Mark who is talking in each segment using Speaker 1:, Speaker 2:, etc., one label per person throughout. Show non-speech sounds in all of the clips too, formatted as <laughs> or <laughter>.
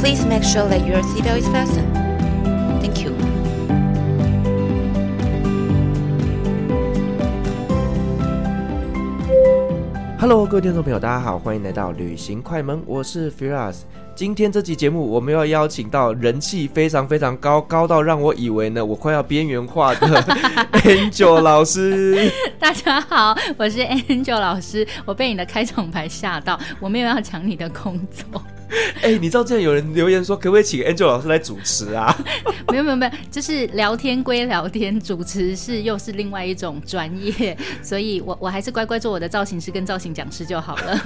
Speaker 1: Please make sure that your seatbelt is fastened. Thank you.
Speaker 2: 哈喽，各位听众朋友，大家好，欢迎来到旅行快门，我是 Firas。今天这期节目，我们要邀请到人气非常非常高，高到让我以为呢，我快要边缘化的 <laughs> Angel 老师。
Speaker 3: 大家好，我是 Angel 老师，我被你的开场白吓到，我没有要抢你的工作，
Speaker 2: 哎、你知道之前有人留言说，可不可以请 Angel 老师来主持啊？ <laughs>
Speaker 3: 没有没有没有，就是聊天归聊天，主持是又是另外一种专业，所以我我还是乖乖做我的造型师跟造型讲师就好了，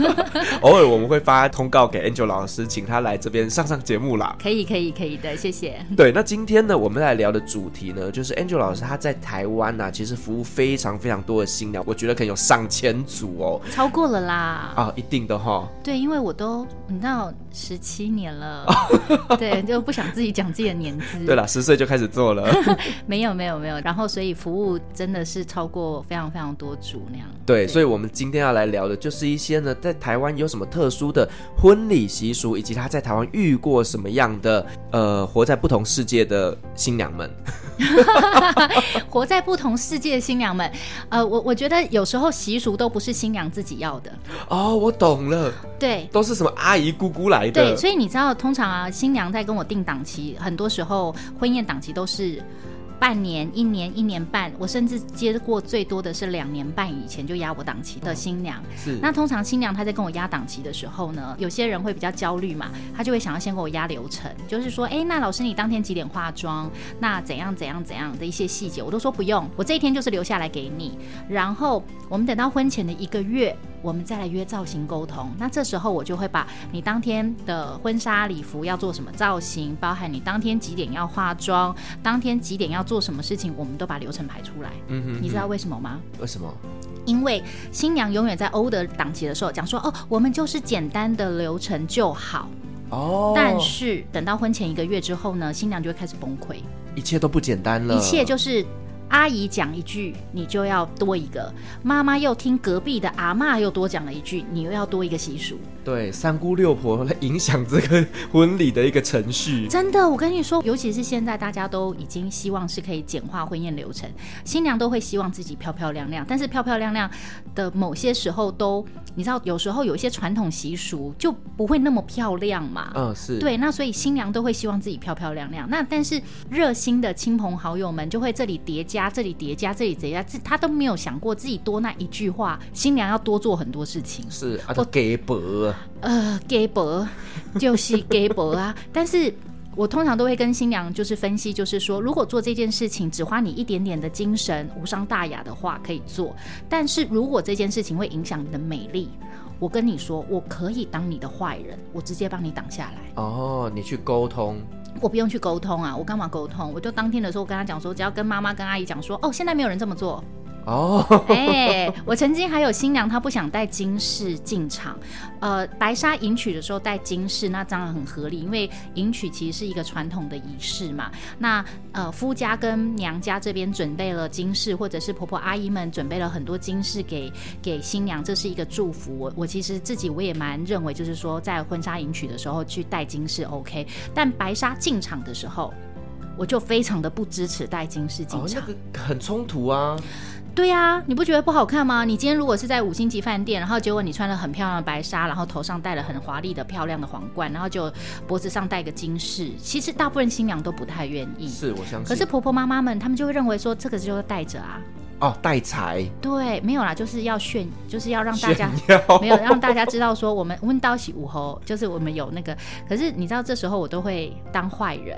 Speaker 2: 偶尔我们会发通告给 Angel 老师，请他来这边上上节目啦。
Speaker 3: 可以可以可以的，谢谢。
Speaker 2: 对，那今天呢，我们来聊的主题呢，就是 Angel 老师他在台湾呐、其实服务非常非常多的新娘，我觉得可能有上千组哦。
Speaker 3: 超过了啦，
Speaker 2: 啊，一定的哈、
Speaker 3: 对，因为我都你知道十七年了，对，就不想自己讲自己的年资。
Speaker 2: 对了，十岁就开始做
Speaker 3: <laughs>
Speaker 2: 了。
Speaker 3: 没有没有没有，然后所以服务真的是超过非常非常多组那样。
Speaker 2: 对，所以我们今天要来聊的就是一些呢，在台湾有什么特殊的婚礼习俗，以及他在台湾遇过什么样的呃，活在不同世界的新娘们。
Speaker 3: 活在不同世界的新娘们，呃，我我觉得有时候习俗都不是新娘自己要的，
Speaker 2: 哦，我懂了，
Speaker 3: 对。
Speaker 2: 都是什么阿姨姑姑来的
Speaker 3: 对，。所以你知道，通常啊，新娘在跟我定档期，很多时候婚宴档期都是半年、一年、一年半，我甚至接过最多的是两年半以前就压我档期的新娘。
Speaker 2: 是
Speaker 3: 那通常新娘她在跟我压档期的时候呢，有些人会比较焦虑嘛，
Speaker 2: 嗯
Speaker 3: 她就会想要先跟我压流程，就是说，哎，那老师你当天几点化妆？那怎样怎样怎样的一些细节，我都说不用，我这一天就是留下来给你。然后我们等到婚前的一个月，我们再来约造型沟通。那这时候我就会把你当天的婚纱礼服要做什么造型，包含你当天几点要化妆，当天几点要做什么事情，我们都把流程排出来。
Speaker 2: 嗯哼
Speaker 3: 你知道为什么吗？
Speaker 2: 为什么？
Speaker 3: 因为新娘永远在欧的档期的时候讲说，哦，我们就是简单的流程就好。
Speaker 2: 哦，
Speaker 3: 但是等到婚前一个月之后呢，新娘就会开始崩溃，
Speaker 2: 一切都不简单了，
Speaker 3: 一切就是。阿姨讲一句，你就要多一个；妈妈又听隔壁的阿嬷又多讲了一句，你又要多一个习俗。
Speaker 2: 对三姑六婆来影响这个 <laughs> 婚礼的一个程序。
Speaker 3: 真的，我跟你说，尤其是现在大家都已经希望是可以简化婚宴流程，新娘都会希望自己漂漂亮亮，但是漂漂亮亮的某些时候都，你知道，有时候有一些传统习俗就不会那么漂亮嘛。
Speaker 2: 嗯，是，
Speaker 3: 对，那所以新娘都会希望自己漂漂亮亮。那但是热心的亲朋好友们就会这里叠加，这里叠加，这里叠加，自他都没有想过自己多那一句话，新娘要多做很多事情。
Speaker 2: 是啊，都给啊伯
Speaker 3: 呃 gay 博就是 gay 博啊， <laughs> 但是。我通常都会跟新娘就是分析，就是说，如果做这件事情只花你一点点的精神，无伤大雅的话，可以做；但是如果这件事情会影响你的美丽，我跟你说，我可以当你的坏人，我直接帮你挡下来，
Speaker 2: 哦，你去沟通，
Speaker 3: 我不用去沟通啊，我干嘛沟通？我就当天的时候，我跟他讲说，只要跟妈妈跟阿姨讲说，哦，现在没有人这么做，
Speaker 2: 哦，
Speaker 3: 哎、我曾经还有新娘，她不想戴金饰进场，呃，白纱迎娶的时候戴金饰，那当然很合理，因为迎娶其实是一个传统的仪式嘛。那呃，夫家跟娘家这边准备了金饰，或者是婆婆阿姨们准备了很多金饰给给新娘，这是一个祝福。我我其实自己我也蛮认为，就是说在婚纱迎娶的时候去戴金饰 OK，但白纱进场的时候。我就非常的不支持戴金饰进
Speaker 2: 哦，
Speaker 3: 场
Speaker 2: 那，个很冲突啊，
Speaker 3: 对呀、你不觉得不好看吗？你今天如果是在五星级饭店，然后结果你穿了很漂亮的白纱，然后头上戴了很华丽的漂亮的皇冠，然后就脖子上戴个金饰，其实大部分新娘都不太愿意。
Speaker 2: 是我相信。
Speaker 3: 可是婆婆妈妈们，她们就会认为说这个就是戴着啊，
Speaker 2: 哦，带财
Speaker 3: 对，没有啦，就是要炫，就是要让大家
Speaker 2: 炫耀
Speaker 3: 没有让大家知道说我们问到喜武侯，就是我们有那个。可是你知道，这时候我都会当坏人，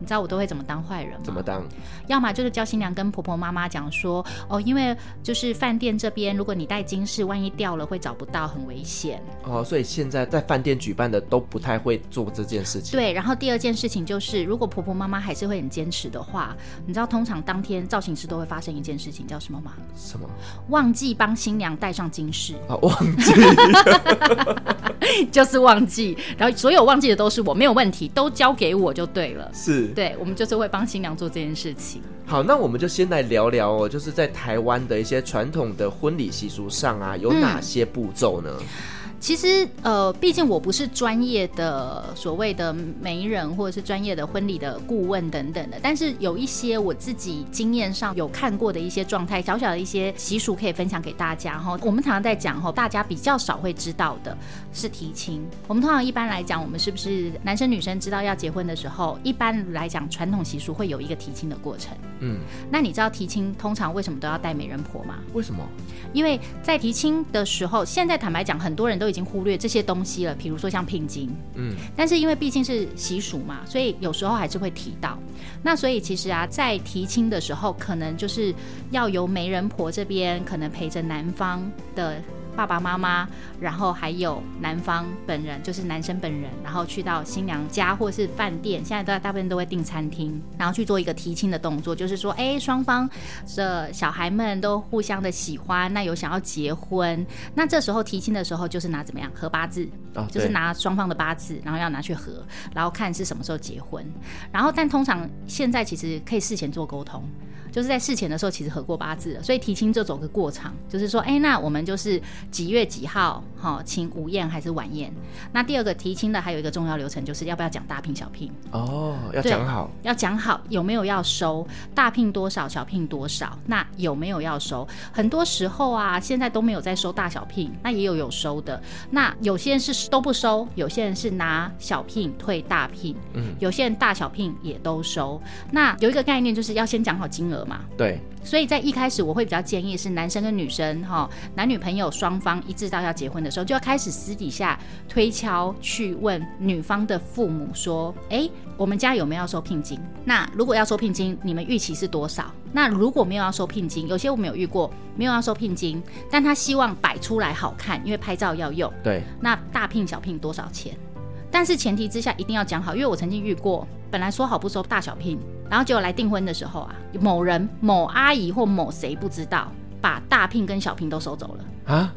Speaker 3: 你知道我都会怎么当坏人吗？
Speaker 2: 怎么当？
Speaker 3: 要么就是叫新娘跟婆婆妈妈讲说，哦，因为就是饭店这边，如果你带金饰，万一掉了会找不到，很危险。
Speaker 2: 哦，所以现在在饭店举办的都不太会做这件事情。
Speaker 3: 对，然后第二件事情就是，如果婆婆妈妈还是会很坚持的话，你知道，通常当天造型师都会发生一件事情，叫什么吗？
Speaker 2: 什么？
Speaker 3: 忘记帮新娘戴上金 <laughs> 饰，
Speaker 2: 啊，
Speaker 3: 嗯
Speaker 2: 忘记
Speaker 3: 就是忘记。然后所有忘记的都是我，没有问题，都交给我就对了。
Speaker 2: 是。
Speaker 3: <laughs> 对，我们就是会帮新娘做这件事情。
Speaker 2: 好，那我们就先来聊聊哦，就是在台湾的一些传统的婚礼习俗上啊，
Speaker 3: 嗯
Speaker 2: 有哪些步骤呢？
Speaker 3: 其实，呃，毕竟我不是专业的所谓的媒人或者是专业的婚礼的顾问等等的，但是有一些我自己经验上有看过的一些状态，小小的一些习俗可以分享给大家哈。我们常常在讲哈，大家比较少会知道的是提亲。我们通常一般来讲，我们是不是男生女生知道要结婚的时候，一般来讲传统习俗会有一个提亲的过程。
Speaker 2: 嗯，
Speaker 3: 那你知道提亲通常为什么都要带媒人婆吗？
Speaker 2: 为什么？
Speaker 3: 因为在提亲的时候，现在坦白讲，很多人都已经忽略这些东西了，比如说像聘金，
Speaker 2: 嗯，
Speaker 3: 但是因为毕竟是习俗嘛，所以有时候还是会提到。那所以其实啊，在提亲的时候，可能就是要由媒人婆这边可能陪着男方的。爸爸妈妈，然后还有男方本人，就是男生本人，然后去到新娘家或是饭店，现在都大部分都会订餐厅，然后去做一个提亲的动作，就是说，哎，双方这小孩们都互相的喜欢，那有想要结婚，那这时候提亲的时候就是拿怎么样合八字，
Speaker 2: 啊，
Speaker 3: 就是
Speaker 2: 对
Speaker 3: 拿双方的八字，然后要拿去合，然后看是什么时候结婚。然后，但通常现在其实可以事前做沟通，就是在事前的时候其实合过八字了，所以提亲就走个过场，就是说，哎，那我们就是几月几号，哈、请午宴还是晚宴？那第二个提亲的还有一个重要流程，就是要不要讲大聘小聘。
Speaker 2: 哦，要
Speaker 3: 对
Speaker 2: 讲好，
Speaker 3: 要讲好有没有要收，大聘多少，小聘多少，那有没有要收？很多时候啊，现在都没有在收大小聘，那也有有收的。那有些人是都不收，有些人是拿小聘退大聘，
Speaker 2: 嗯，
Speaker 3: 有些人大小聘也都收。那有一个概念就是要先讲好金额嘛，
Speaker 2: 对，
Speaker 3: 所以在一开始，我会比较建议是男生跟女生哈、男女朋友双方一致到要结婚的时候，就要开始私底下推敲去问女方的父母说：“诶，我们家有没有要收聘金？那如果要收聘金，你们预期是多少？那如果没有要收聘金，有些我们有遇过没有要收聘金，但他希望摆出来好看，因为拍照要用。
Speaker 2: 对，
Speaker 3: 那大聘小聘多少钱？但是前提之下一定要讲好，因为我曾经遇过，本来说好不收大小聘，然后结果来订婚的时候啊，某人某阿姨或某谁不知道，把大聘跟小聘都收走了。
Speaker 2: 啊，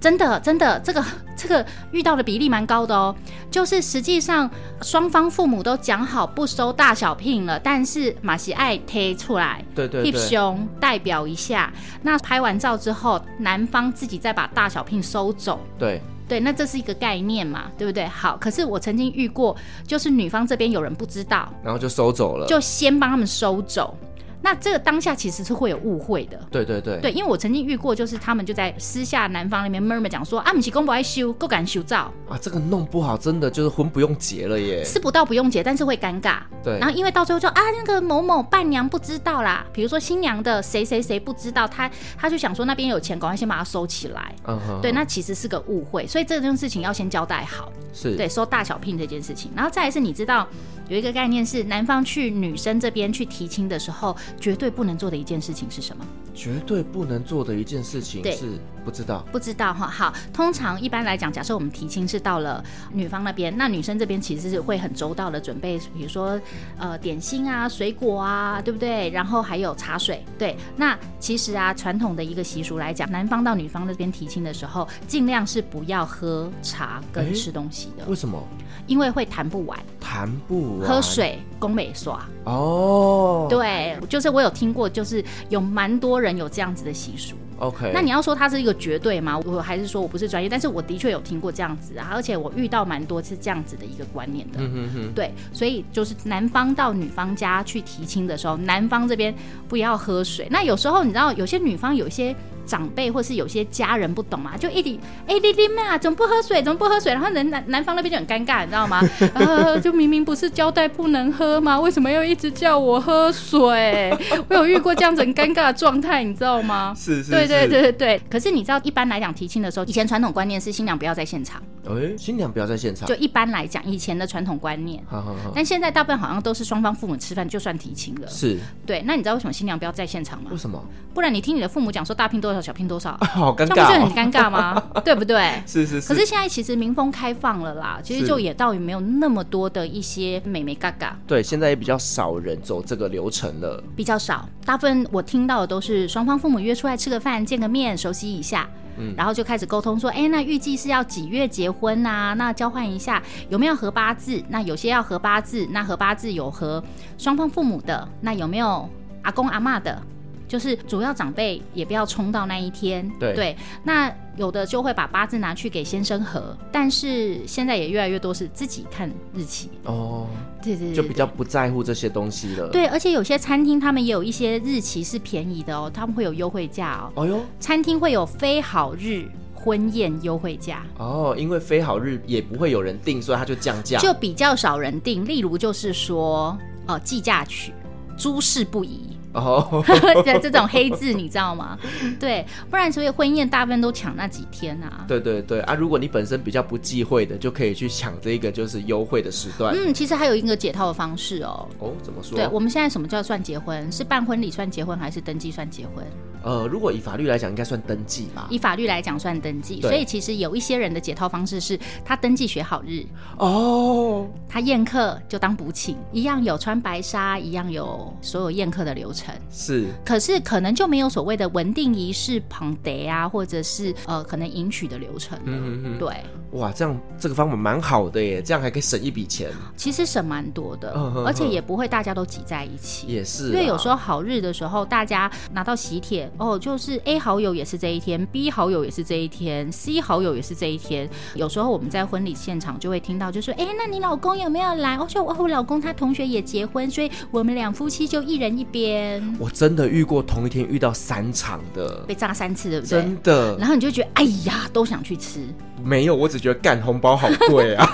Speaker 3: 真的，真的，这个这个遇到的比例蛮高的哦。就是实际上双方父母都讲好不收大小聘了，但是马西爱贴出来，
Speaker 2: 对对
Speaker 3: 一
Speaker 2: 对，
Speaker 3: 胸代表一下。那拍完照之后，男方自己再把大小聘收走，
Speaker 2: 对，
Speaker 3: 对，那这是一个概念嘛，对不对？好，可是我曾经遇过，就是女方这边有人不知道，
Speaker 2: 然后就收走了，
Speaker 3: 就先帮他们收走。那这个当下其实是会有误会的，
Speaker 2: 对对对，
Speaker 3: 对，因为我曾经遇过，就是他们就在私下男方那边 murmur 讲说，啊，不是公不爱修，够敢修造，
Speaker 2: 啊，这个弄不好真的就是婚不用结了耶，
Speaker 3: 吃不到不用结，但是会尴尬。
Speaker 2: 对
Speaker 3: 然，后因为到最后就啊，那个某某伴娘不知道啦，比如说新娘的谁谁谁不知道，他他就想说那边有钱，赶快先把它收起来。
Speaker 2: 嗯哼，
Speaker 3: 对，那其实是个误会，所以这件事情要先交代好。
Speaker 2: 是，
Speaker 3: 对，收大小聘这件事情。然后再来是，你知道有一个概念是，男方去女生这边去提亲的时候，绝对不能做的一件事情是什么？
Speaker 2: 绝对不能做的一件事情
Speaker 3: 对
Speaker 2: 是不知道，
Speaker 3: 不知道哈。好，通常一般来讲，假设我们提亲是到了女方那边，那女生这边其实是会很周到的准备，比如说呃点心啊、水果啊，对不对？然后还有茶水。对，那其实啊，传统的一个习俗来讲，男方到女方那边提亲的时候，尽量是不要喝茶
Speaker 2: 诶
Speaker 3: 跟吃东西的，
Speaker 2: 为什么
Speaker 3: 因为会谈不完。
Speaker 2: 谈不完？
Speaker 3: 喝水、宫美刷，
Speaker 2: 哦，
Speaker 3: 对，就是我有听过，就是有蛮多人有这样子的习俗。
Speaker 2: ，OK，
Speaker 3: 那你要说它是一个绝对吗？我还是说我不是专业，但是我的确有听过这样子啊，而且我遇到蛮多次这样子的一个观念的。
Speaker 2: 嗯哼哼，
Speaker 3: 对，所以就是男方到女方家去提亲的时候，男方这边不要喝水。那有时候你知道，有些女方有一些长辈或是有些家人不懂嘛，就一直哎丽丽嘛，怎么不喝水？怎么不喝水？然后男男男方那边就很尴尬，你知道
Speaker 2: <laughs>
Speaker 3: 吗？呃，就明明不是交代不能喝吗？为什么要一直叫我喝水？我有遇过这样子很尴尬的状态，你知道吗？
Speaker 2: 是是，
Speaker 3: 对对
Speaker 2: 是
Speaker 3: 对对对。可是你知道，一般来讲提亲的时候，以前传统观念是新娘不要在现场，
Speaker 2: 哎，新娘不要在现场
Speaker 3: 就，哎一般来讲，以前的传统观念，
Speaker 2: 好好好，
Speaker 3: 但现在大部分好像都是双方父母吃饭就算提亲了。
Speaker 2: 是
Speaker 3: 对，那你知道为什么新娘不要在现场吗
Speaker 2: 为？什么？
Speaker 3: 不然你听你的父母讲说大聘多少，小聘多少，
Speaker 2: 好尴
Speaker 3: 这样不
Speaker 2: 尬
Speaker 3: 是很
Speaker 2: 哦，
Speaker 3: 尴尬
Speaker 2: <laughs>
Speaker 3: 吗？对不对？
Speaker 2: 是是
Speaker 3: 可
Speaker 2: 是，
Speaker 3: 是现在其实民风开放了啦，其实
Speaker 2: 是
Speaker 3: 就也倒也没有那么多的一些美眉嘎嘎
Speaker 2: 对，现在也比较少人走这个流程了，
Speaker 3: 比较少，大部分我听到的都是双方父母约出来吃个饭、见个面、熟悉一下，
Speaker 2: 嗯
Speaker 3: 然后就开始沟通说，哎，那预计是要几月结婚啊？那交换一下有没有合八字？那有些要合八字，那合八字有合双方父母的，那有没有阿公阿嬷的？就是主要长辈也不要冲到那一天，
Speaker 2: 对
Speaker 3: 那有的就会把八字拿去给先生合，但是现在也越来越多是自己看日期，
Speaker 2: 哦，
Speaker 3: 对对对，
Speaker 2: 就比较不在乎这些东西了。，
Speaker 3: 对，而且有些餐厅他们也有一些日期是便宜的哦，他们会有优惠价哦。
Speaker 2: 哎呦，
Speaker 3: 餐厅会有非好日婚宴优惠价，
Speaker 2: 哦，因为非好日也不会有人定，所以它就降价，
Speaker 3: 就比较少人订。例如就是说，呃，计价曲，诸事不宜。 <laughs>
Speaker 2: 哦， <laughs>
Speaker 3: 这这种黑字你知道吗？对，不然所以婚宴大部分都抢那几天啊。
Speaker 2: 对对对啊，如果你本身比较不忌讳的，就可以去抢这个就是优惠的时段。
Speaker 3: 嗯，其实还有一个解套的方式哦。
Speaker 2: 哦，怎么说？
Speaker 3: 对，我们现在什么叫算结婚？是办婚礼算结婚，还是登记算结婚？
Speaker 2: 呃，如果以法律来讲，应该算登记吧？
Speaker 3: 以法律来讲算登记，
Speaker 2: 对
Speaker 3: 所以其实有一些人的解套方式是他登记学好日，
Speaker 2: 哦，
Speaker 3: 他宴客就当补请，一样有穿白纱，一样有所有宴客的流程。
Speaker 2: 是
Speaker 3: 可是可能就没有所谓的文定仪式、捧碟啊，或者是呃可能迎娶的流程了。
Speaker 2: 嗯嗯嗯
Speaker 3: 对，
Speaker 2: 哇，这样这个方法蛮好的耶，这样还可以省一笔钱，
Speaker 3: 其实省蛮多的，
Speaker 2: 嗯哼
Speaker 3: 而且
Speaker 2: 哼
Speaker 3: 也不会大家都挤在一起。
Speaker 2: 也是啦。
Speaker 3: 因为有时候好日的时候，大家拿到喜帖，哦，就是 A 好友也是这一天，B 好友也是这一天，C 好友也是这一天。有时候我们在婚礼现场就会听到，就说，哎，那你老公有没有来？我说，哦，我老公他同学也结婚，所以我们两夫妻就一人一边，
Speaker 2: 我真的遇过同一天遇到三场的，
Speaker 3: 被炸三次，对不对？
Speaker 2: 真的
Speaker 3: 然后你就觉得，哎呀，都想去吃，
Speaker 2: 没有，我只觉得干红包好贵啊，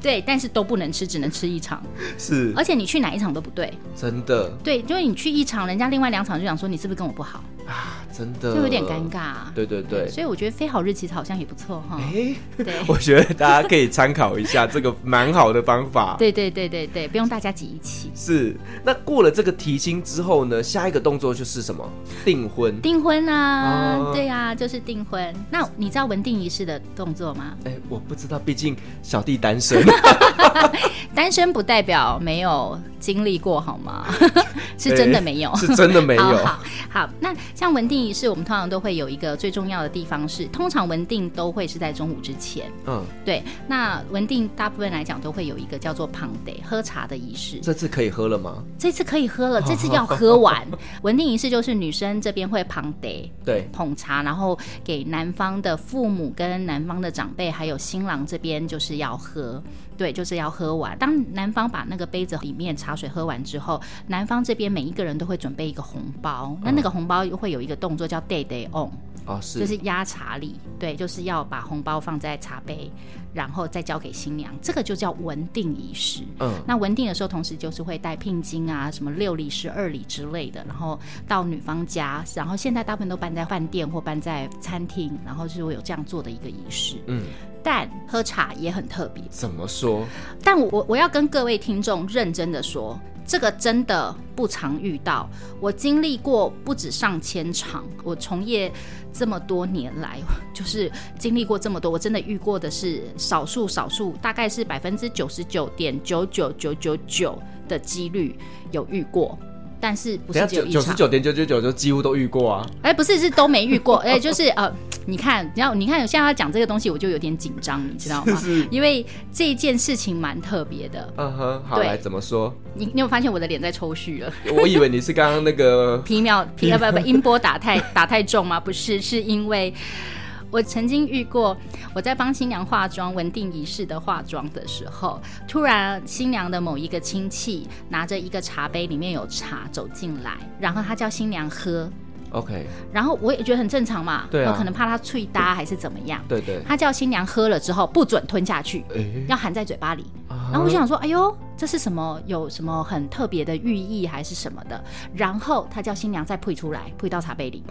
Speaker 3: 对，但是都不能吃，只能吃一场，
Speaker 2: 是
Speaker 3: <laughs> 而且你去哪一场都不对，
Speaker 2: 真的
Speaker 3: 对，因为你去一场，人家另外两场就想说你是不是跟我不好，
Speaker 2: 啊，真的
Speaker 3: 就有点尴。尬、啊。
Speaker 2: 对对对，
Speaker 3: 所以我觉得非好日其实好像也不错哈。
Speaker 2: 哎，
Speaker 3: 对
Speaker 2: <laughs> 我觉得大家可以参考一下这个蛮好的方法。
Speaker 3: 对对对对对，不用大家挤一起。
Speaker 2: 是，那过了这个提亲之后呢，下一个动作就是什么？订婚。
Speaker 3: 订婚啊，
Speaker 2: 哦
Speaker 3: 对啊，就是订婚。那你知道文定仪式的动作吗？
Speaker 2: 哎，我不知道，毕竟小弟单
Speaker 3: <laughs>
Speaker 2: 身，
Speaker 3: 单身不代表没有经历过，好吗？ <laughs> 是真的没有。
Speaker 2: 是真的没有。
Speaker 3: 哦好好好，那像文定仪式，我们通常都会有一个最重要的地方是，通常文定都会是在中午之前。
Speaker 2: 嗯，
Speaker 3: 对，那文定大部分来讲都会有一个叫做 p a 喝茶的仪式。
Speaker 2: 这次可以喝了吗？
Speaker 3: 这次可以喝了，这次要喝
Speaker 2: <laughs>
Speaker 3: 完。文定仪式就是女生这边会 p a
Speaker 2: 对，
Speaker 3: 捧茶，然后给男方的父母跟男方的长辈，还有新郎这边就是要喝，对，就是要喝完。当男方把那个杯子里面茶水喝完之后，男方这边每一个人都会准备一个红包，那那个红包会有一个动作叫 day day on，
Speaker 2: 哦，，
Speaker 3: 就是是压茶礼，对，就是要把红包放在茶杯，然后再交给新娘，这个就叫文定仪式。
Speaker 2: 嗯，
Speaker 3: 那文定的时候，同时就是会带聘金啊，什么六礼、十二礼之类的，然后到女方家，然后现在大部分都办在饭店或办在餐厅，然后就是会有这样做的一个仪式。
Speaker 2: 嗯，
Speaker 3: 但喝茶也很特别，
Speaker 2: 怎么说？
Speaker 3: 但我我我要跟各位听众认真的说，这个真的不常遇到。我经历过不止上千场，我从业这么多年来， <laughs> 就是经历过这么多，我真的遇过的是少数少数，大概是百分之九十九点九九九九九的几率有遇过。但是不
Speaker 2: 等
Speaker 3: 是
Speaker 2: 下
Speaker 3: 只有
Speaker 2: 九
Speaker 3: 一
Speaker 2: 九
Speaker 3: 场
Speaker 2: 十？九点九九九就几乎都遇过啊。
Speaker 3: 哎，不是，是都没遇过。哎，就是呃，你看，你要你看，现在要讲这个东西，我就有点紧张，你知道
Speaker 2: <laughs>
Speaker 3: 吗？因为这件事情蛮特别的。
Speaker 2: 嗯哼，好
Speaker 3: 对
Speaker 2: 来怎么说？
Speaker 3: 你你有发现我的脸在抽搐了？
Speaker 2: 我以为你是刚刚那个 <laughs>
Speaker 3: 皮秒皮呃不不音波打太打太重吗？不是，是因为我曾经遇过，我在帮新娘化妆文定仪式的化妆的时候，突然新娘的某一个亲戚拿着一个茶杯，里面有茶走进来，然后他叫新娘喝，
Speaker 2: OK，
Speaker 3: 然后我也觉得很正常嘛，
Speaker 2: 对啊
Speaker 3: 我可能怕她脆搭还是怎么样，
Speaker 2: 对对，
Speaker 3: 他叫新娘喝了之后不准吞下去，
Speaker 2: 哎，啊
Speaker 3: 要含在嘴巴里。
Speaker 2: 然
Speaker 3: 然后我就想说，哎呦，这是什么？有什么很特别的寓意还是什么的？然后他叫新娘再配出来，配到茶杯里。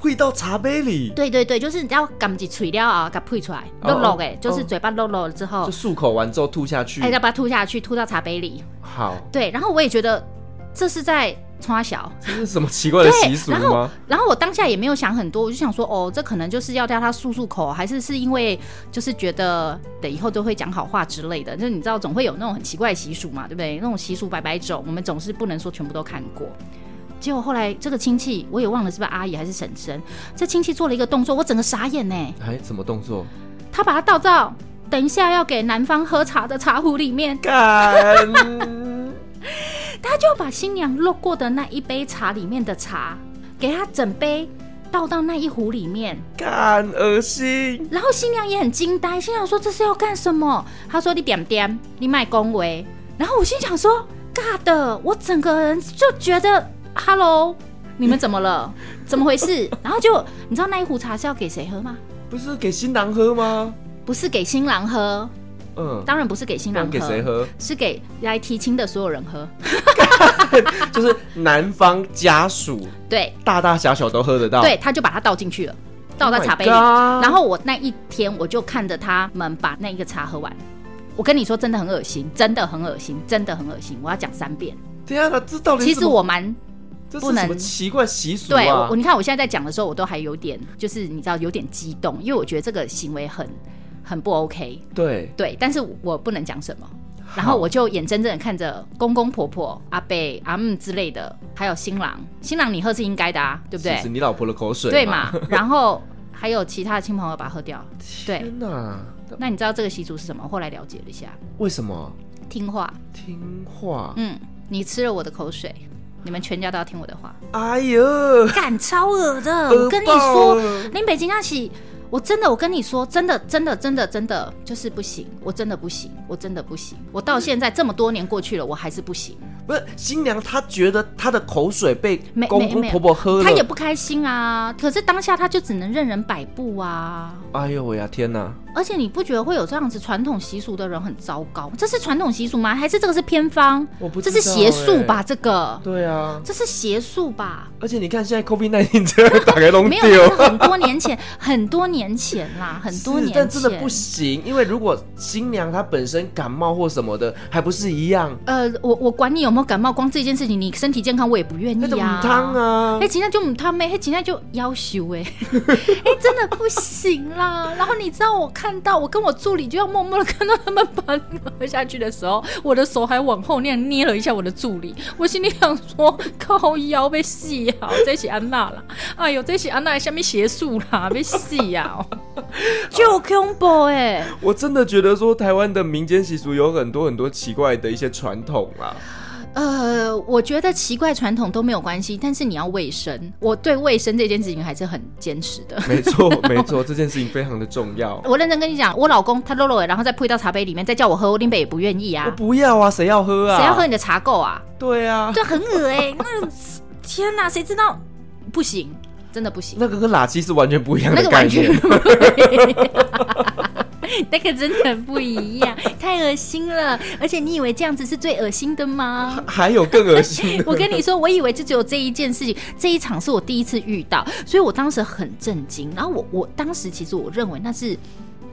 Speaker 2: 会到茶杯里，
Speaker 3: 对对对，就是你要赶紧吹掉啊，给它吐出来，
Speaker 2: 哦
Speaker 3: 漏漏哎，就是
Speaker 2: 哦
Speaker 3: 嘴巴漏漏了之后
Speaker 2: 就，漱口完之后吐下去
Speaker 3: 哎，。要把它吐下去，吐到茶杯里。
Speaker 2: 好，
Speaker 3: 对，然后我也觉得这是在冲小，
Speaker 2: 这是什么奇怪的
Speaker 3: 对
Speaker 2: 习俗
Speaker 3: 然后
Speaker 2: 吗？
Speaker 3: 然后我当下也没有想很多，我就想说，哦，这可能就是要叫他漱漱口，还是是因为就是觉得等以后都会讲好话之类的，就是你知道总会有那种很奇怪的习俗嘛，对不对？那种习俗百百种，我们总是不能说全部都看过。结果后来这个亲戚我也忘了是不是阿姨还是婶婶，这亲戚做了一个动作，我整个傻眼呢、
Speaker 2: 哎，什么动作？
Speaker 3: 他把它倒到等一下要给男方喝茶的茶壶里面，
Speaker 2: 干，
Speaker 3: 他就把新娘漏过的那一杯茶里面的茶给他整杯倒到那一壶里面。
Speaker 2: 干，恶心！
Speaker 3: 然后新娘也很惊呆，新娘说这是要干什么？她说你点点，你卖恭维。然后我心想说，尬的，我整个人就觉得，Hello，你们怎
Speaker 2: <laughs>
Speaker 3: 么了？怎么回事？然后就你知道那一壶茶是要给谁喝吗？
Speaker 2: 不是给新郎喝吗？
Speaker 3: 不是给新郎喝，
Speaker 2: 嗯，
Speaker 3: 当然不是给新
Speaker 2: 不
Speaker 3: 郎
Speaker 2: 然
Speaker 3: 喝，
Speaker 2: 给谁？喝？
Speaker 3: 是给来提亲的所有人喝。
Speaker 2: 就是男方家属，
Speaker 3: 对，
Speaker 2: 大大小小都喝得到。
Speaker 3: 对，，他就把它倒进去了，倒到
Speaker 2: Oh my
Speaker 3: 茶杯里。
Speaker 2: God
Speaker 3: 然后我那一天我就看着他们把那一个茶喝完。我跟你说，真的很恶心，真的很恶心，真的很恶心。我要讲三遍。
Speaker 2: 天啊，这到底
Speaker 3: 其
Speaker 2: 是
Speaker 3: 实
Speaker 2: 什么
Speaker 3: 我蛮
Speaker 2: 这是
Speaker 3: 不能
Speaker 2: 什么奇怪习俗
Speaker 3: 对
Speaker 2: 啊
Speaker 3: 我，？你看我现在在讲的时候，我都还有点就是你知道有点激动，因为我觉得这个行为很很不 OK。
Speaker 2: 对，
Speaker 3: 对，但是我不能讲什么。
Speaker 2: 好
Speaker 3: 然后我就眼睁睁的看着公公婆婆、阿伯、阿姆之类的，还有新郎，新郎你喝是应该的啊，对不对？
Speaker 2: 是是你老婆的口水，
Speaker 3: 对？
Speaker 2: <laughs>
Speaker 3: 嘛？然后还有其他的亲朋友把它喝掉。对，
Speaker 2: 天哪，那
Speaker 3: 那你知道这个习俗是什么？我后来了解了一下，
Speaker 2: 为什么
Speaker 3: 听话。
Speaker 2: 听话？
Speaker 3: 嗯，你吃了我的口水，你们全家都要听我的话。
Speaker 2: 哎呦，
Speaker 3: 干超恶的，
Speaker 2: 恶
Speaker 3: 我跟你
Speaker 2: 爆
Speaker 3: 说，
Speaker 2: 了
Speaker 3: 林北京那起，我真的，我跟你说，真的，真的，真的，真的就是不行，我真的不行，我真的不行，我到现在这么多年过去了，我还是不行。
Speaker 2: 不是新娘，她觉得她的口水被
Speaker 3: 没
Speaker 2: 公公
Speaker 3: 没没
Speaker 2: 婆婆喝了，
Speaker 3: 他也不开心啊，可是当下他就只能任人摆布啊。
Speaker 2: 哎呦喂呀，天哪！
Speaker 3: 而且你不觉得会有这样子传统习俗的人很糟糕？这是传统习俗吗？还是这个是偏方？
Speaker 2: 我不知
Speaker 3: 这
Speaker 2: 道
Speaker 3: 是邪术吧？
Speaker 2: 欸
Speaker 3: 这个
Speaker 2: 对啊，
Speaker 3: 这是邪术吧？
Speaker 2: 而且你看现在 COVID 1 9这个打开龙
Speaker 3: 没有，
Speaker 2: 丢
Speaker 3: 这是。很多年前， <laughs> 很多年前啦，很多
Speaker 2: 是
Speaker 3: 年前。
Speaker 2: 但真的不行，因为如果新娘她本身感冒或什么的，还不是一样？
Speaker 3: 呃，我我管你有没有感冒，光这件事情，你身体健康我也不愿
Speaker 2: 那
Speaker 3: 意
Speaker 2: 种
Speaker 3: 呀、
Speaker 2: 汤！啊
Speaker 3: 哎、，今天就唔汤妹，哎，今天就要求哎， <laughs> 哎、真的不行啦。然后你知道我看到，我跟我助理就要默默的看到他们把它喝下去的时候，我的手还往后那样捏了一下我的助理，我心里想说，靠腰被戏啊，这起安娜啦，哎呦，这起安娜下面邪术啦，被戏呀、哦，就 combo 哎、
Speaker 2: 我真的觉得说台湾的民间习俗有很多很多奇怪的一些传统
Speaker 3: <laughs>
Speaker 2: 啊。
Speaker 3: 呃，我觉得奇怪传统都没有关系，但是你要卫生。我对卫生这件事情还是很坚持的。
Speaker 2: 没错，没错，这件事情非常的重
Speaker 3: <laughs>
Speaker 2: 要。
Speaker 3: 我认真跟你讲，我老公他漏了，然后再配到茶杯里面，再叫我喝，我林北也不愿意
Speaker 2: 我
Speaker 3: 啊。
Speaker 2: 不要啊，谁要喝啊？
Speaker 3: 谁要喝？你的茶垢啊？
Speaker 2: 对啊，
Speaker 3: 对，很恶哎、
Speaker 2: <laughs>
Speaker 3: 那个天哪，谁知道？不行，真的不行，
Speaker 2: 那个跟拉鸡是完全不一样
Speaker 3: 那
Speaker 2: 的
Speaker 3: 个
Speaker 2: 概
Speaker 3: 完全
Speaker 2: 念。
Speaker 3: 不一样。 <laughs> 那个真的不一样，太恶心了！而且你以为这样子是最恶心的吗？
Speaker 2: 还有更恶心的，
Speaker 3: <laughs> 我跟你说，我以为就只有这一件事情，这一场是我第一次遇到，所以我当时很震惊。然后我我当时其实我认为那是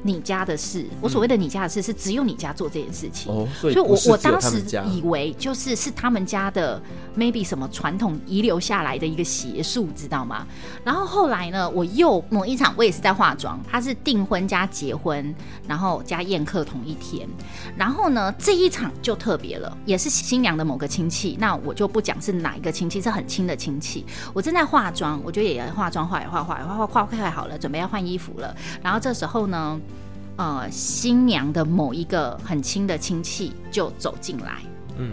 Speaker 3: 你家的事，我所谓的你家的事是只有你家做这件事情。
Speaker 2: 哦，所以
Speaker 3: 我
Speaker 2: 不是
Speaker 3: 我
Speaker 2: 只有
Speaker 3: 当
Speaker 2: 他
Speaker 3: 时
Speaker 2: 们家
Speaker 3: 以为就是是他们家的 maybe 什么传统遗留下来的一个邪术，知道吗？然后后来呢，我又某一场我也是在化妆，他是订婚加结婚，然后加宴客同一天。然后呢，这一场就特别了，也是新娘的某个亲戚，那我就不讲是哪一个亲戚，是很亲的亲戚。我正在化妆，我就也化妆，化也化，化也化，化化快好了，准备要换衣服了。然后这时候呢，呃，新娘的某一个很亲的亲戚就走进来，
Speaker 2: 嗯，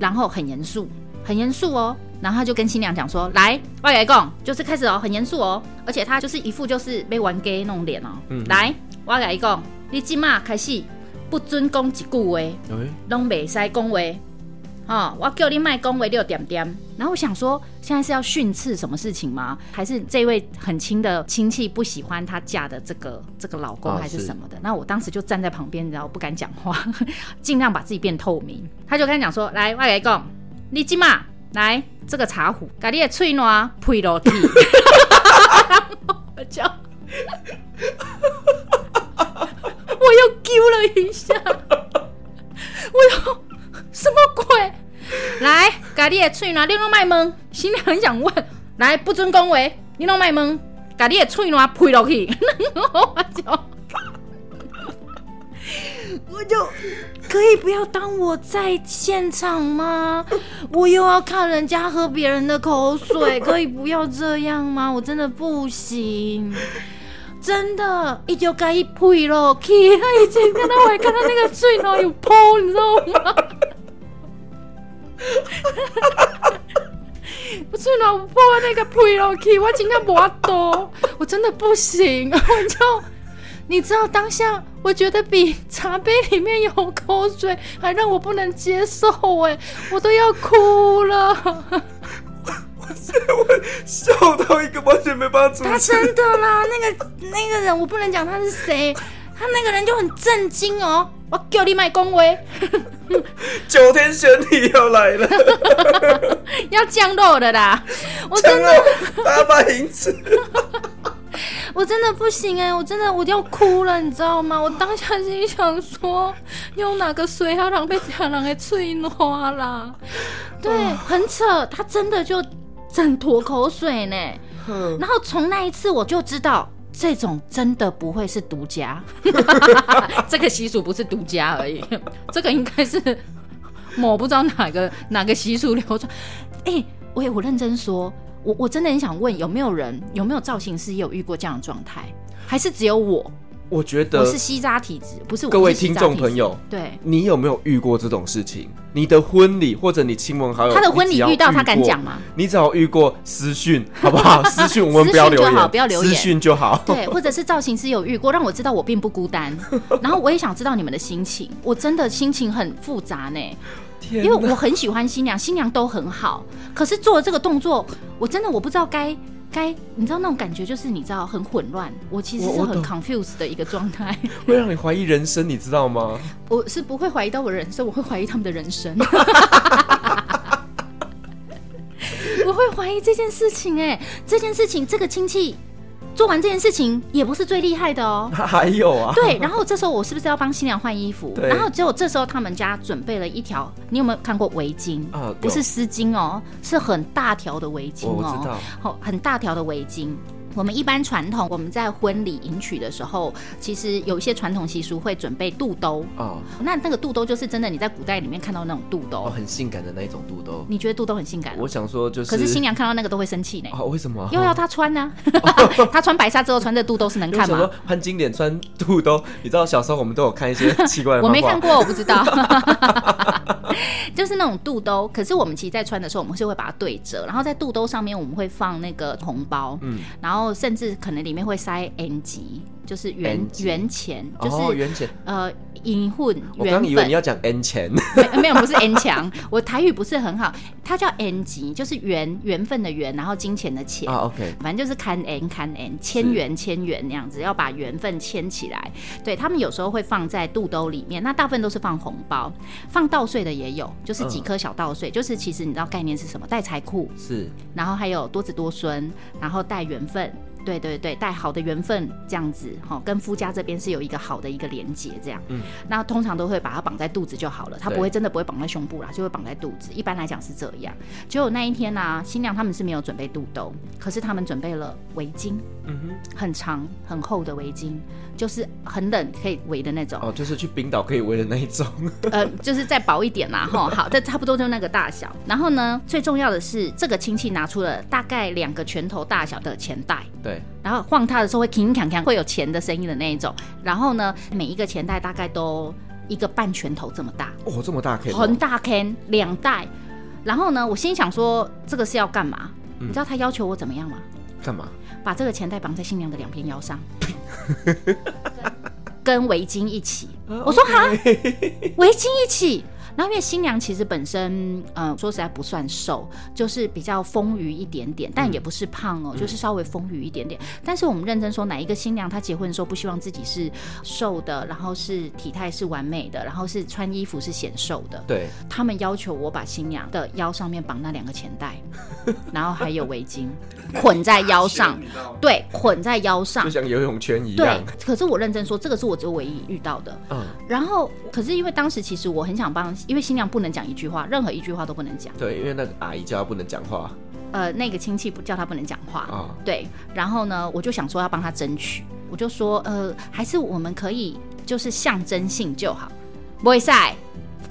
Speaker 3: 然后很严肃，很严肃哦。然后他就跟新娘讲说：“来，外来贡，就是开始哦，很严肃哦，而且他就是一副就是被玩 gay 那种脸哦。
Speaker 2: 嗯
Speaker 3: 来，我来讲，你即马开始不准讲一句话，
Speaker 2: 哎，
Speaker 3: 拢袂使讲话。哦，我叫你卖恭维六点点。然后我想说，现在是要训斥什么事情吗？还是这位很亲的亲戚不喜欢她嫁的这个这个老公，
Speaker 2: 啊
Speaker 3: 还是
Speaker 2: 是
Speaker 3: 什么的？那我当时就站在旁边，然后不敢 <laughs> 讲话，尽量把自己变透明。他就跟他讲说：“来，我来讲，你今嘛来这个茶壶，把你的脆暖配落去， <laughs> 我就 <laughs> 我又丢了一下，我又什么鬼？来，把你的脆暖，你拢卖蒙，新娘很想问，来不准恭维，你拢卖蒙，把你的脆暖配落去，我就。 <laughs> 我就可以不要当我在现场吗？我又要看人家喝别人的口 <laughs> 水，可以不要这样吗？我真的不行，真的，一就该一呸了。k 他以哎前看到我也看到那个最脑有剖，你知道吗？我最脑破那个呸了 k 我今天不多，我真的不行， <laughs> 我就。你知道当下，我觉得比茶杯里面有口水还让我不能接受哎，我都要哭了。
Speaker 2: <laughs> 笑到一个完全没办法
Speaker 3: 他
Speaker 2: 主持。
Speaker 3: 真的啦，那个那个人我不能讲他是谁，他那个人就很震惊哦。我叫你卖恭维，
Speaker 2: 九天玄女要来
Speaker 3: <laughs>
Speaker 2: 了，
Speaker 3: 要降肉的啦！我
Speaker 2: 真
Speaker 3: 真的，
Speaker 2: 的大把啊银子。
Speaker 3: 我真的不行哎、我真的我要哭了，你知道吗？我当下心里想说，用哪个水啊，狼被家人给吹暖啦？对，很扯，他真的就整坨口水呢。
Speaker 2: 哼
Speaker 3: 然后从那一次我就知道，这种真的不会是独家，这个习俗不是独家而已，这个应该是某不知道哪个哪个习俗流传。哎、我我认真说，我我真的很想问，有没有人有没有造型师也有遇过这样的状态，还是只有我？
Speaker 2: 我觉
Speaker 3: 我
Speaker 2: 得
Speaker 3: 是吸渣体质，不是我
Speaker 2: 各位
Speaker 3: 是吸
Speaker 2: 听
Speaker 3: 渣
Speaker 2: 众
Speaker 3: 体
Speaker 2: 朋
Speaker 3: 质，
Speaker 2: 友，
Speaker 3: 对。
Speaker 2: 你有没有遇过这种事情？你的婚礼或者你亲朋好友，
Speaker 3: 他的婚
Speaker 2: 呃你
Speaker 3: 礼
Speaker 2: 只要
Speaker 3: 遇到他
Speaker 2: 过
Speaker 3: 敢讲？吗？
Speaker 2: 你只要遇过私讯，好不
Speaker 3: <laughs>
Speaker 2: 好？私讯我们不要留
Speaker 3: 私讯就好
Speaker 2: 言，
Speaker 3: 不要留
Speaker 2: 私
Speaker 3: 言
Speaker 2: 讯就好。 <laughs>
Speaker 3: 对，或者是造型师有遇过，让我知道我并不孤单。然后我也想知道你们的心情，我真的心情很复杂呢，
Speaker 2: 天
Speaker 3: 因
Speaker 2: 哪
Speaker 3: 为我很喜欢新娘，新娘都很好，可是做了这个动作，我真的我不知道该该，你知道那种感觉就是你知道很混乱，我其实
Speaker 2: 我
Speaker 3: 是
Speaker 2: 我
Speaker 3: 很
Speaker 2: 懂
Speaker 3: confused 的一个状态，
Speaker 2: 会让你怀疑人生，你知道吗？
Speaker 3: 我是不会怀疑到我人生，我会怀疑他们的
Speaker 2: <laughs>
Speaker 3: 人生。我会怀疑这件事情、哎，这件事情，这个亲戚做完这件事情也不是最厉害
Speaker 2: <laughs>
Speaker 3: 的哦。
Speaker 2: 还有啊，
Speaker 3: 对，然后这时候我是不是要帮新娘换衣服？
Speaker 2: 对
Speaker 3: 然后结果这时候他们家准备了一条，你有没有看过围巾？
Speaker 2: 啊，
Speaker 3: 不是
Speaker 2: 有，
Speaker 3: 丝巾哦，是很大条的围巾
Speaker 2: 我我知
Speaker 3: 哦，
Speaker 2: 道，
Speaker 3: 好，很大条的围巾。我们一般传统，我们在婚礼迎娶的时候，其实有一些传统习俗会准备肚兜。
Speaker 2: 啊，
Speaker 3: 那那个肚兜就是真的你在古代里面看到那种肚兜，
Speaker 2: 哦，很性感的那一种肚兜。
Speaker 3: 你觉得肚兜很性感哦、
Speaker 2: 我想说就是，
Speaker 3: 可是新娘看到那个都会生气呢，
Speaker 2: 啊，为什么啊？
Speaker 3: 又要她穿呢、 <laughs>
Speaker 2: <laughs>
Speaker 3: 她穿白纱之后穿这肚兜是能
Speaker 2: 因为哦我
Speaker 3: 看
Speaker 2: 想
Speaker 3: 吗？
Speaker 2: 说潘金莲穿肚兜，你知道小时候我们都有看一些奇怪的
Speaker 3: <laughs> 我
Speaker 2: 漫
Speaker 3: 没看
Speaker 2: 画，
Speaker 3: 过，我不
Speaker 2: <laughs>
Speaker 3: 知道。就是那种肚兜，可是我们其实，在穿的时候，我们是会把它对折，然后在肚兜上面我们会放那个红包，
Speaker 2: 嗯
Speaker 3: 然后甚至可能里面会塞 N 级，就是元
Speaker 2: N 级
Speaker 3: 元钱，就是、
Speaker 2: 哦，元钱，
Speaker 3: 呃银混
Speaker 2: 我
Speaker 3: 元
Speaker 2: 刚以为
Speaker 3: 粉
Speaker 2: 你，要讲 N 钱，
Speaker 3: 没没有不是 N 强，我台语不是很好，它叫 N 级，就是缘缘分的缘，然后金钱的钱。
Speaker 2: 啊，OK，
Speaker 3: 反正就是看 n 看 n 千
Speaker 2: 是
Speaker 3: 元千元那样子，要把缘分牵起来。对他们有时候会放在肚兜里面，那大部分都是放红包，放稻穗的也有，就是几
Speaker 2: 嗯
Speaker 3: 颗小稻穗，就是其实你知道概念是什么，带财库，
Speaker 2: 是
Speaker 3: 然后还有多子多孙，然后带缘分。对对对，带好的缘分这样子，哈、跟夫家这边是有一个好的一个连接，这样。
Speaker 2: 嗯。
Speaker 3: 那通常都会把它绑在肚子就好了，它
Speaker 2: 对
Speaker 3: 不会真的不会绑在胸部啦，就会绑在肚子。一般来讲是这样。结果那一天呢、新娘他们是没有准备肚兜，可是他们准备了围巾，
Speaker 2: 嗯
Speaker 3: 很长很厚的围巾，就是很冷可以围的那种。
Speaker 2: 哼，哦，就是去冰岛可以围的那一
Speaker 3: <laughs>
Speaker 2: 种，
Speaker 3: 呃，就是再薄一点啦，哈，好，这差不多就那个大小。然后呢，最重要的是，这个亲戚拿出了大概两个拳头大小的钱袋，
Speaker 2: 对，
Speaker 3: 然后晃它的时候会铿锵锵，会有钱的声音的那一种。然后呢，每一个钱袋大概都一个半拳头这么大，
Speaker 2: 哦，这么大可以吗，
Speaker 3: 很大 can 两袋。然后呢，我心想说这个是要干嘛？
Speaker 2: 嗯
Speaker 3: 你知道他要求我怎么样吗？
Speaker 2: 干嘛？
Speaker 3: 把这个钱袋绑在新娘的两边腰上，跟围巾一起。我说哈，围巾一起。然后因为新娘其实本身，呃，说实在不算瘦，就是比较丰腴一点点，但也不是胖哦，就是稍微丰腴一点点。但是我们认真说，哪一个新娘她结婚的时候不希望自己是瘦的，然后是体态是完美的，然后是穿衣服是显瘦的？
Speaker 2: 对，
Speaker 3: 他们要求我把新娘的腰上面绑那两个钱袋， <laughs> 然后还有围巾捆在
Speaker 2: <laughs>
Speaker 3: 腰上，对，捆在腰上
Speaker 2: 就。像游泳圈一
Speaker 3: 对
Speaker 2: 样，，
Speaker 3: 可是我认真说，这个是我只有唯一遇到的。
Speaker 2: 嗯，
Speaker 3: 然后，可是因为当时其实我很想帮，因为新娘不能讲一句话，任何一句话都不能讲。
Speaker 2: 对，因为那个阿姨叫她不能讲话
Speaker 3: 呃，那个亲戚不叫她不能讲话，
Speaker 2: 啊，
Speaker 3: 对。然后呢，我就想说要帮她争取，我就说，呃，还是我们可以就是象征性就好，不会晒，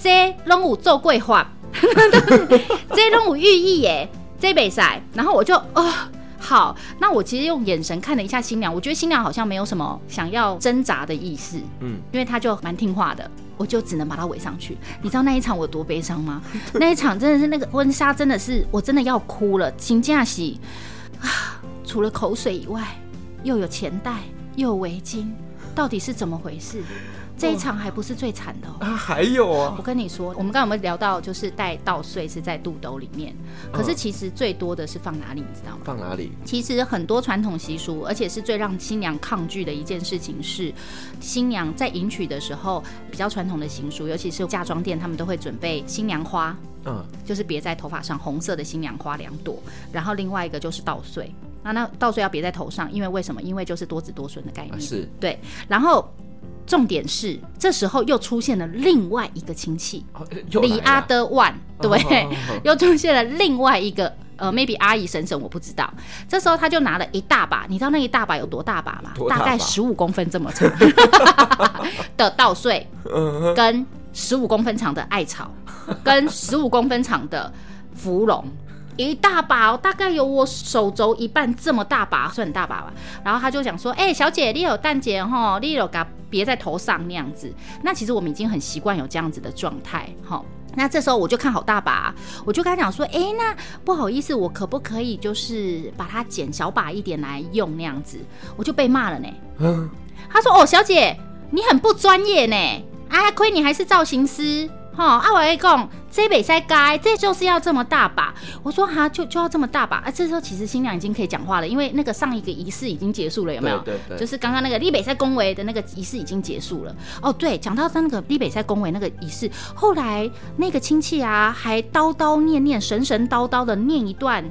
Speaker 3: 这拢有做规划， <laughs> 这拢有寓意耶，这袂晒。然后我就哦。好，那我其实用眼神看了一下新娘，我觉得新娘好像没有什么想要挣扎的意思，
Speaker 2: 嗯，
Speaker 3: 因为她就蛮听话的，我就只能把她围上去。你知道那一场我多悲伤吗？ <laughs> 那一场真的是那个婚纱，真的是我真的要哭了，请假洗啊！除了口水以外，又有钱袋，又有围巾，到底是怎么回事？这一场还不是最惨的、哦。
Speaker 2: 啊，还有
Speaker 3: 我
Speaker 2: 啊，
Speaker 3: 跟你说，我们刚刚有没有聊到，就是带稻穗是在肚兜里面，可是其实最多的是放哪里，你知道吗？
Speaker 2: 放哪里？
Speaker 3: 其实很多传统习俗，而且是最让新娘抗拒的一件事情是，新娘在迎娶的时候，比较传统的习俗，尤其是嫁妆店，他们都会准备新娘花，
Speaker 2: 嗯，
Speaker 3: 就是别在头发上，红色的新娘花两朵，然后另外一个就是稻穗。那那稻穗要别在头上，因为为什么？因为就是多子多孙的概
Speaker 2: 啊
Speaker 3: 念。
Speaker 2: 是
Speaker 3: 对，然后重点是，这时候又出现了另外一个亲戚，
Speaker 2: 哦又
Speaker 3: 李
Speaker 2: 来
Speaker 3: 阿
Speaker 2: 了
Speaker 3: 德万，对，
Speaker 2: 哦哦哦
Speaker 3: <laughs> 又出现了另外一个。呃，maybe 阿姨婶婶我不知道，这时候他就拿了一大把，你知道那一大把有多大把吗？
Speaker 2: 多大把
Speaker 3: 概十五公分这
Speaker 2: <laughs>
Speaker 3: 么长的稻穗，
Speaker 2: 嗯
Speaker 3: 跟十五公分长的艾草，跟十五公分长的芙蓉，一大把、哦，大概有我手肘一半这么大把，算很大把吧。然后他就讲说：“哎、小姐，你有蛋姐哈，你有嘎别在头上那样子。”那其实我们已经很习惯有这样子的状态，哈。那这时候我就看好大把、我就跟他讲说：“哎、那不好意思，我可不可以就是把它剪小把一点来用那样子？”我就被骂了呢。 <laughs>
Speaker 2: 嗯，
Speaker 3: 他说：“哦，小姐，你很不专业呢，啊，亏你还是造型师。”哈、啊，我跟你讲，这北塞该，这就是要这么大把。我说哈、就就要这么大把啊！这时候其实新娘已经可以讲话了，因为那个上一个仪式已经结束了，有没有？
Speaker 2: 对对对
Speaker 3: 就是刚刚那个立北塞恭维的那个仪式已经结束了。哦，对，讲到那个立北塞恭维那个仪式，后来那个亲戚啊，还叨叨念念、神神叨叨的念一段，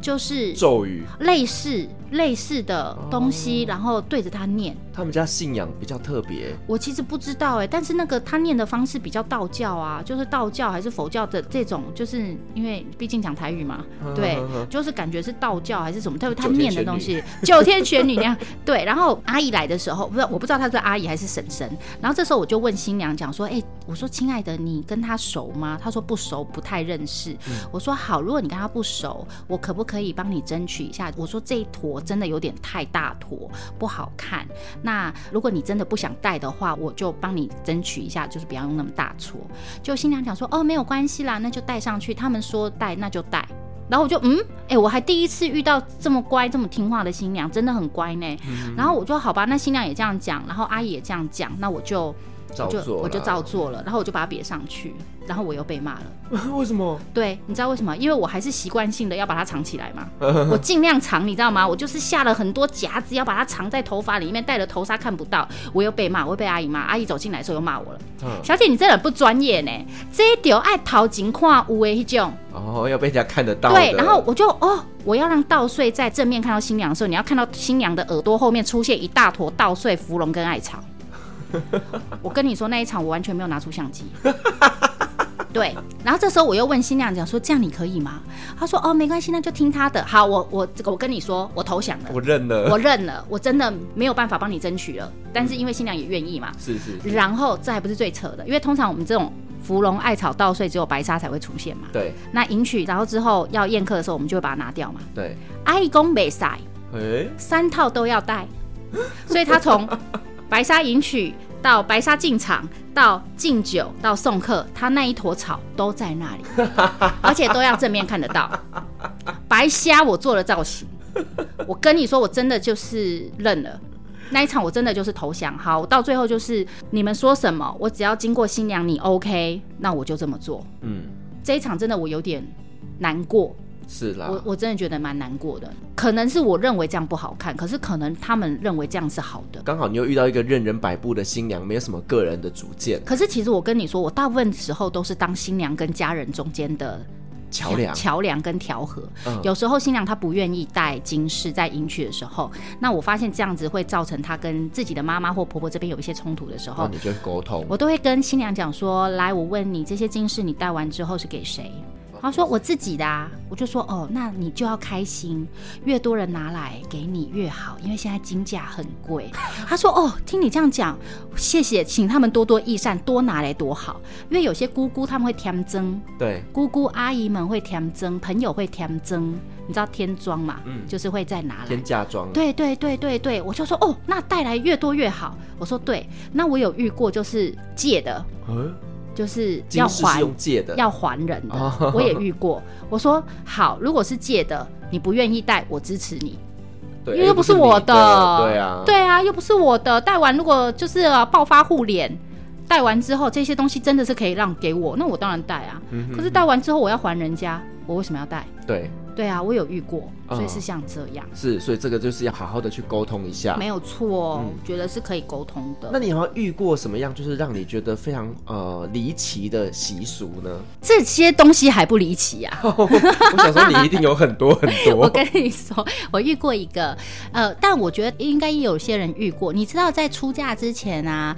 Speaker 3: 就是
Speaker 2: 咒哦语，
Speaker 3: 类似类似的东西，然后对着他念。
Speaker 2: 他们家信仰比较特别，
Speaker 3: 我其实不知道哎、但是那个他念的方式比较道教啊，就是道教还是佛教的这种，就是因为毕竟讲台语嘛，
Speaker 2: 啊
Speaker 3: 对，就是感觉是道教还是什么，他他
Speaker 2: 九天
Speaker 3: 念的
Speaker 2: 玄
Speaker 3: 东
Speaker 2: 女
Speaker 3: 西，九天玄女那样。对，然后阿姨来的时候，不是我不知道她是阿姨还是婶婶，然后这时候我就问新娘讲说，哎、我说亲爱的，你跟她熟吗？她说不熟，不太认识。
Speaker 2: 嗯
Speaker 3: 我说好，如果你跟她不熟，我可不可以帮你争取一下？我说这一坨真的有点太大坨，不好看。那如果你真的不想戴的话，我就帮你争取一下，就是不要用那么大撮。就新娘讲说，哦，没有关系啦，那就戴上去。他们说戴那就戴。然后我就嗯，哎、我还第一次遇到这么乖、这么听话的新娘，真的很乖呢。然后我就好吧，那新娘也这样讲，然后阿姨也这样讲，那我就
Speaker 2: 照
Speaker 3: 我就
Speaker 2: 做
Speaker 3: 我就
Speaker 2: 啦
Speaker 3: 照做了，然后我就把它别上去，然后我又被骂了。
Speaker 2: 啊 <laughs> 为什么？
Speaker 3: 对，你知道为什么？因为我还是习惯性的要把它藏起来嘛，我尽量藏，你知道吗？我就是下了很多夹子，要把它藏在头发里面，戴了头纱看不到，我又被骂，我又被阿姨骂，阿姨走进来的时候又骂我了，
Speaker 2: 嗯，
Speaker 3: 小姐你真的很不专业呢，这一条爱掏钱看有的那种。
Speaker 2: 哦，要被人家看得到的，
Speaker 3: 对，然后我就哦，我要让稻穗在正面看到新娘的时候，你要看到新娘的耳朵后面出现一大坨稻穗、芙蓉跟艾草。
Speaker 2: <laughs>
Speaker 3: 我跟你说那一场我完全没有拿出相机。对，然后这时候我又问新娘讲说：“这样你可以吗？”她说：“哦，没关系，那就听她的。”好，我我这个我跟你说，我投降了，
Speaker 2: 我认了，
Speaker 3: 我认了，我真的没有办法帮你争取了。但是因为新娘也愿意嘛，
Speaker 2: 是是，是
Speaker 3: 然后这还不是最扯的，因为通常我们这种芙蓉、艾草、稻穗只有白纱才会出现嘛。
Speaker 2: 对
Speaker 3: 那迎娶，然后之后要宴客的时候，我们就会把它拿掉嘛。
Speaker 2: 对，
Speaker 3: 阿姨公没晒，
Speaker 2: 哎，
Speaker 3: 三套都要戴，所以她从白纱迎娶到白纱进场，到敬酒，到送客，她那一坨草都在那里，而且都要正面看得到。白虾我做了造型，我跟你说，我真的就是认了。那一场我真的就是投降。好，我到最后就是你们说什么，我只要经过新娘你 OK，那我就这么做。
Speaker 2: 嗯，
Speaker 3: 这一场真的我有点难过，
Speaker 2: 是啦，
Speaker 3: 我我真的觉得蛮难过的。可能是我认为这样不好看，可是可能他们认为这样是好的。
Speaker 2: 刚好你又遇到一个任人摆布的新娘，没有什么个人的主见，
Speaker 3: 可是其实我跟你说，我大部分时候都是当新娘跟家人中间的
Speaker 2: 桥梁。
Speaker 3: 桥梁跟调和。
Speaker 2: 嗯
Speaker 3: 有时候新娘她不愿意戴金饰在迎娶的时候，那我发现这样子会造成她跟自己的妈妈或婆婆这边有一些冲突的时
Speaker 2: 然后
Speaker 3: 候，
Speaker 2: 你就沟通，
Speaker 3: 我都会跟新娘讲说：“来，我问你，这些金饰你戴完之后是给谁？”她说：“我自己的啊。”我就说：“哦，那你就要开心，越多人拿来给你越好，因为现在金价很贵。”她说：“哦，听你这样讲，谢谢，请他们多多益善，多拿来多好，因为有些姑姑他们会添增。”
Speaker 2: 对，
Speaker 3: 姑姑阿姨们会添增，朋友会添增，你知道添妆嘛？
Speaker 2: 嗯
Speaker 3: 就是会再拿来
Speaker 2: 添。嫁妆，
Speaker 3: 对对对对对，我就说哦，那带来越多越好。我说对，那我有遇过就是借的，
Speaker 2: 嗯，
Speaker 3: 就是
Speaker 2: 金
Speaker 3: 要
Speaker 2: 饰是
Speaker 3: 还
Speaker 2: 用借的，
Speaker 3: 要还人的，
Speaker 2: 哦
Speaker 3: 我也遇过。我说好，如果是借的，你不愿意带，我支持你。
Speaker 2: 对，
Speaker 3: 因为又不
Speaker 2: 不是
Speaker 3: 是我
Speaker 2: 你
Speaker 3: 的
Speaker 2: 对啊，
Speaker 3: 对啊，又不是我的，戴完如果就是、呃暴发户脸，戴完之后这些东西真的是可以让给我，那我当然戴啊。
Speaker 2: 嗯哼嗯
Speaker 3: 可是戴完之后我要还人家，我为什么要戴？
Speaker 2: 对，
Speaker 3: 对啊，我有遇过，
Speaker 2: 嗯
Speaker 3: 所以是像这样，
Speaker 2: 是，所以这个就是要好好的去沟通一下
Speaker 3: 没。有错、
Speaker 2: 啊
Speaker 3: 哦
Speaker 2: 嗯
Speaker 3: 觉得是可以沟通的。
Speaker 2: 那你有没有遇过什么样就是让你觉得非常呃离奇的习俗呢？ <laughs>
Speaker 3: 这些东西还不离奇啊！
Speaker 2: 我想说你一定有很多很
Speaker 3: <laughs>
Speaker 2: 多，
Speaker 3: 我跟你说，我遇过一个，呃，但我觉得应该也有些人遇过。你知道，在出嫁之前啊，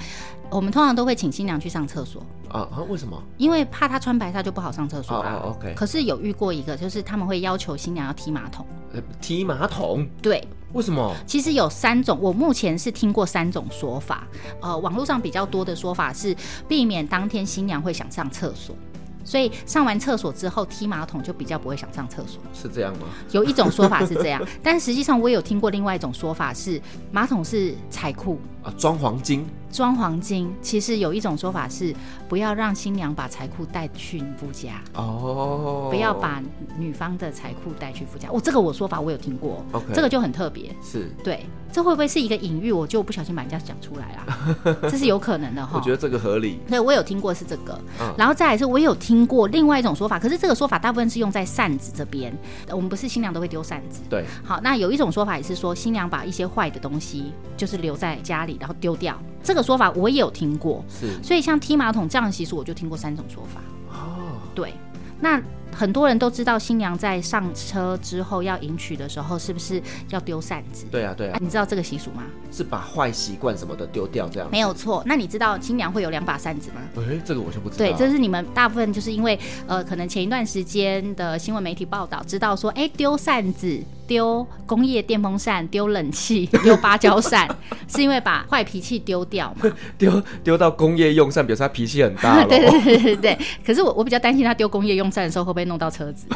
Speaker 3: 我们通常都会请新娘去上厕所，
Speaker 2: 啊啊为什么？
Speaker 3: 因为怕她穿白纱就不好上厕所
Speaker 2: 哦
Speaker 3: 啦、
Speaker 2: 哦，OK，
Speaker 3: 可是有遇过一个，就是他们会要求新娘要踢马桶。
Speaker 2: 呃踢马桶
Speaker 3: 对，
Speaker 2: 为什么？
Speaker 3: 其实有三种，我目前是听过三种说法。呃，网络上比较多的说法是避免当天新娘会想上厕所，所以上完厕所之后踢马桶就比较不会想上厕所。
Speaker 2: 是这样吗？
Speaker 3: 有一种说法
Speaker 2: <laughs>
Speaker 3: 是这样，但实际上我有听过另外一种说法是马桶是财库。
Speaker 2: 啊，装黄金
Speaker 3: 装黄金，其实有一种说法是不要让新娘把财库带去你夫家，
Speaker 2: 哦，
Speaker 3: 不要把女方的财库带去夫家。我、哦这个我说法我有听过
Speaker 2: OK
Speaker 3: 这个就很特别。
Speaker 2: 是。
Speaker 3: 对，这会不会是一个隐喻？我就不小心把人家讲出来啦，
Speaker 2: <laughs>
Speaker 3: 这是有可能的哈。
Speaker 2: 我觉得这个合理，
Speaker 3: 对，我有听过是这个，
Speaker 2: 嗯
Speaker 3: 然后再来是我有听过另外一种说法，可是这个说法大部分是用在扇子这边。我们不是新娘都会丢扇子，
Speaker 2: 对，
Speaker 3: 好，那有一种说法也是说新娘把一些坏的东西就是留在家里，然后丢掉。这个说法我也有听过，
Speaker 2: 是
Speaker 3: 所以像踢马桶这样的习俗，我就听过三种说法。
Speaker 2: 哦，
Speaker 3: 对，那很多人都知道新娘在上车之后要迎娶的时候，是不是要丢扇子？
Speaker 2: 对啊，对
Speaker 3: 啊
Speaker 2: 啊，
Speaker 3: 你知道这个习俗吗？
Speaker 2: 是把坏习惯什么的丢掉这样。
Speaker 3: 没有错。那你知道新娘会有两把扇子吗？
Speaker 2: 哎，这个我就不知道。
Speaker 3: 对，这是你们大部分就是因为呃，可能前一段时间的新闻媒体报道知道说，哎，丢扇子、丢工业电风扇、丢冷气、丢芭蕉扇，是因为把坏脾气丢掉嘛？
Speaker 2: 丢丢到工业用扇，表示他脾气很大咯
Speaker 3: <laughs> 对对对对对。可是我我比较担心他丢工业用扇的时候会不会弄到车子，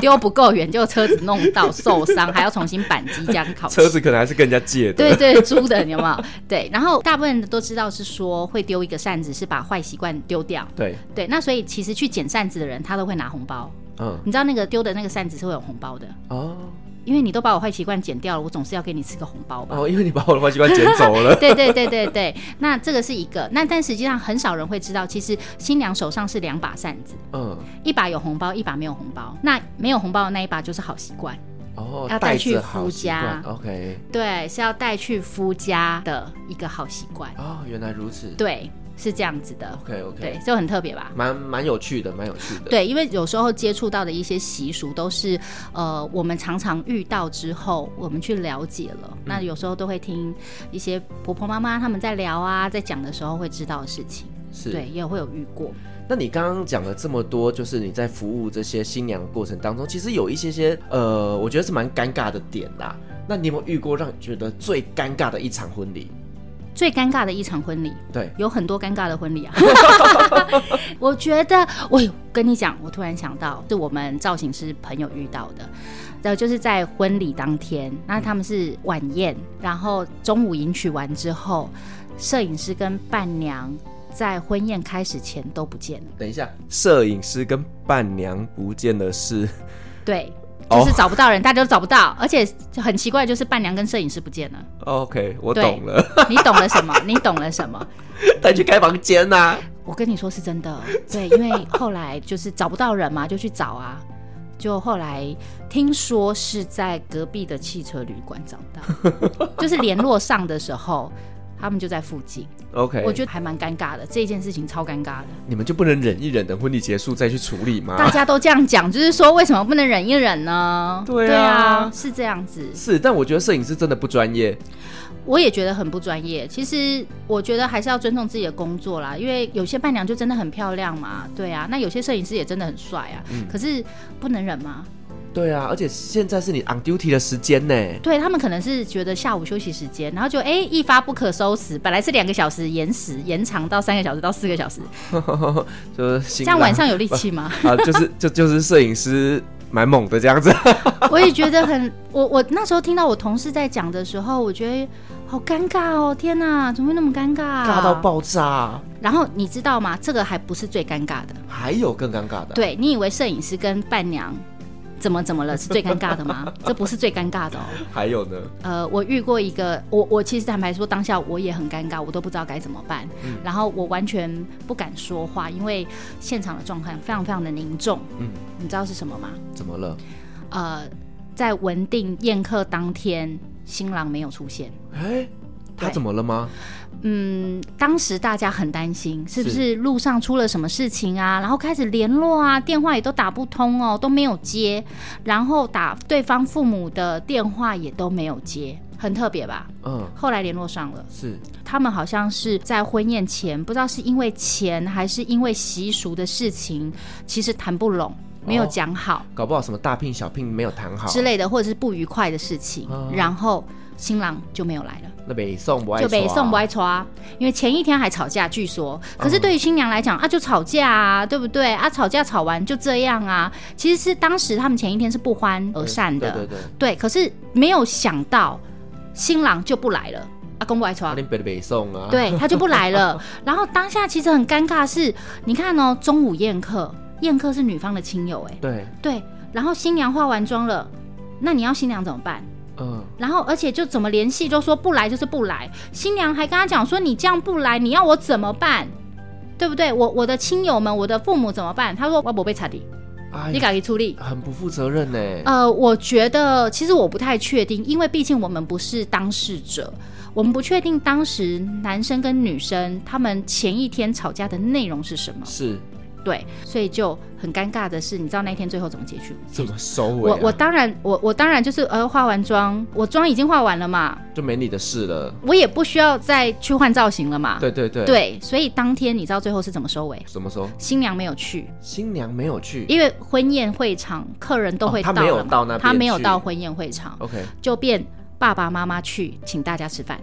Speaker 3: 丢不够远就车子弄到受伤，还要重新扳机这样烤漆。
Speaker 2: 车子可能还是跟人家借的。
Speaker 3: 对对，租的，你有没有？对，然后大部分人都知道是说会丢一个扇子，是把坏习惯丢掉。
Speaker 2: 对，
Speaker 3: 对，那所以其实去捡扇子的人，他都会拿红包。
Speaker 2: 嗯，
Speaker 3: 你知道那个丢的那个扇子是会有红包的，
Speaker 2: 哦
Speaker 3: 因为你都把我坏习惯剪掉了，我总是要给你吃个红包吧。
Speaker 2: 哦，因为你把我的坏习惯捡走了。
Speaker 3: <laughs> 对对对对对， <laughs> 那这个是一个，那但实际上很少人会知道，其实新娘手上是两把扇子，
Speaker 2: 嗯，
Speaker 3: 一把有红包，一把没有红包。那没有红包的那一把就是好习惯，
Speaker 2: 哦，
Speaker 3: 要带
Speaker 2: 带
Speaker 3: 去
Speaker 2: 着好
Speaker 3: 夫
Speaker 2: 习惯
Speaker 3: 家
Speaker 2: OK，
Speaker 3: 对，是要带去夫家的一个好习惯，
Speaker 2: 哦，原来如此。
Speaker 3: 对，是这样子的，
Speaker 2: OK
Speaker 3: 对
Speaker 2: OK，，
Speaker 3: 就很特别吧。
Speaker 2: 蛮蛮有趣的，蛮有趣的。，
Speaker 3: 对，因为有时候接触到的一些习俗都是，呃，我们常常遇到之后，我们去了解了。
Speaker 2: 嗯
Speaker 3: 那有时候都会听一些婆婆妈妈他们在聊啊，在讲的时候会知道的事情。对，
Speaker 2: 是。
Speaker 3: 也会有遇过。
Speaker 2: 那你刚刚讲了这么多，就是你在服务这些新娘的过程当中，其实有一些些呃，我觉得是蛮尴尬的点啦。那你有没有遇过让你觉得最尴尬的一场婚礼？
Speaker 3: 最尴尬的一场婚礼，
Speaker 2: 对，
Speaker 3: 有很多尴尬的婚礼啊。 <laughs> 我觉得，我跟你讲，我突然想到，是我们造型师朋友遇到的。呃，就是在婚礼当天，那他们是晚宴，然后中午迎娶完之后，摄影师跟伴娘在婚宴开始前都不见了。
Speaker 2: 等一下，摄影师跟伴娘不见的是
Speaker 3: 对，就
Speaker 2: 哦
Speaker 3: 是找不到人，大家都找不到，而且很奇怪，就是伴娘跟摄影师不见了。
Speaker 2: <laughs> OK，我
Speaker 3: 对
Speaker 2: 懂了，
Speaker 3: 你懂了什么？你懂了什么？
Speaker 2: <laughs> 带去开房间啊呐、
Speaker 3: 我跟你说是真的，对，因为后来就是找不到人嘛，就去找啊。就后来听说是在隔壁的汽车旅馆找到，就是联络上的时候，他们就在附近。
Speaker 2: OK，
Speaker 3: 我觉得还蛮尴尬的，这件事情超尴尬的。
Speaker 2: 你们就不能忍一忍，等婚礼结束再去处理
Speaker 3: 大
Speaker 2: 吗？
Speaker 3: 家都这样讲，就是说为什么不能忍一忍呢？
Speaker 2: 对啊
Speaker 3: 是这样子。
Speaker 2: <laughs> 是，但我觉得摄影师真的不专业。
Speaker 3: 我也觉得很不专业。其实我觉得还是要尊重自己的工作啦，因为有些伴娘就真的很漂亮嘛，对啊，那有些摄影师也真的很帅啊，
Speaker 2: 嗯
Speaker 3: 可是不能忍嘛。
Speaker 2: 对啊，而且现在是你 on duty 的时间呢。
Speaker 3: 对他们可能是觉得下午休息时间，然后就哎一发不可收拾，本来是两个小时延时延长到三个小时到四个小时，
Speaker 2: <laughs> 就是新
Speaker 3: 这样
Speaker 2: 郎
Speaker 3: 晚上有力
Speaker 2: <laughs>
Speaker 3: 气吗？
Speaker 2: 啊，就是就就是摄影师蛮猛的这样子。
Speaker 3: 我也觉得很，我我那时候听到我同事在讲的时候，我觉得好尴尬哦，天哪，怎么会那么尴尬、啊？
Speaker 2: <laughs> 尬到！爆炸、啊
Speaker 3: 然后你知道吗？这个还不是最尴尬的，
Speaker 2: 还有更尴尬的。，啊
Speaker 3: 对你以为摄影师跟伴娘怎么怎么了是最尴尬的吗？
Speaker 2: <laughs>
Speaker 3: 这不是最尴尬的哦。
Speaker 2: 还有呢，
Speaker 3: 呃，我遇过一个，我我其实坦白说，当下我也很尴尬，我都不知道该怎么办，
Speaker 2: 嗯
Speaker 3: 然后我完全不敢说话，因为现场的状况非常非常的凝重。
Speaker 2: 嗯
Speaker 3: 你知道是什么吗？
Speaker 2: 怎么了？
Speaker 3: 呃，在文定宴客当天，新郎没有出现。
Speaker 2: 哎，他
Speaker 3: 对
Speaker 2: 怎么了吗？
Speaker 3: 嗯，当时大家很担心，是不是路上出了什么事情啊？然后开始联络啊，电话也都打不通哦，都没有接，然后打对方父母的电话也都没有接，很特别吧？
Speaker 2: 嗯，
Speaker 3: 后来联络上了，
Speaker 2: 是
Speaker 3: 他们好像是在婚宴前，不知道是因为钱还是因为习俗的事情，其实谈不拢，没有
Speaker 2: 哦
Speaker 3: 讲好。
Speaker 2: 搞不好什么大聘小聘没有谈好
Speaker 3: 之，类的，或者是不愉快的事情，
Speaker 2: 哦
Speaker 3: 然后新郎就没有来了，
Speaker 2: 那北宋不爱啊
Speaker 3: 就被
Speaker 2: 耍
Speaker 3: 送不爱抓，因为前一天还吵架，据说。可
Speaker 2: 嗯
Speaker 3: 是对于新娘来讲、啊，就吵架啊，对不对？啊，吵架吵完就这样啊。其实是当时他们前一天是不欢而散的，啊
Speaker 2: 嗯对对对，
Speaker 3: 对可是没有想到新郎就不来了，啊，公不爱抓
Speaker 2: 阿。林北北宋啊，，
Speaker 3: 对他就不来了。 <laughs> 然后当下其实很尴尬是，你看哦，中午宴客，宴客是女方的亲友、哎，
Speaker 2: 对，
Speaker 3: 对，然后新娘化完妆了，那你要新娘怎么办？
Speaker 2: 嗯，
Speaker 3: 然后而且就怎么联系都说不来就是不来，新娘还跟他讲说你这样不来，你要我怎么办？对不对？我我的亲友们，我的父母怎么办？他说我不被查的，
Speaker 2: 哎
Speaker 3: 你
Speaker 2: 呀，
Speaker 3: 赶紧处理。
Speaker 2: 很不负责任呢。
Speaker 3: 呃，我觉得其实我不太确定，因为毕竟我们不是当事者，我们不确定当时男生跟女生他们前一天吵架的内容是什么。
Speaker 2: 是
Speaker 3: 对，所以就很尴尬的是，你知道那一天最后怎么结局？
Speaker 2: 怎么收尾
Speaker 3: 我
Speaker 2: 啊？
Speaker 3: 我当然我我当然就是呃化完妆，我妆已经化完了嘛，
Speaker 2: 就没你的事了。
Speaker 3: 我也不需要再去换造型了嘛。
Speaker 2: 对对对，
Speaker 3: 啊对所以当天你知道最后是怎么收尾？
Speaker 2: 怎么说？
Speaker 3: 新娘没有去，
Speaker 2: 新娘没有去
Speaker 3: 因为婚宴会场客人都会
Speaker 2: 哦她
Speaker 3: 到
Speaker 2: 没有
Speaker 3: 了嘛，
Speaker 2: 到那边
Speaker 3: 她没有
Speaker 2: 去
Speaker 3: 到婚宴会场，
Speaker 2: ，OK
Speaker 3: 就变爸爸妈妈去请大家吃饭，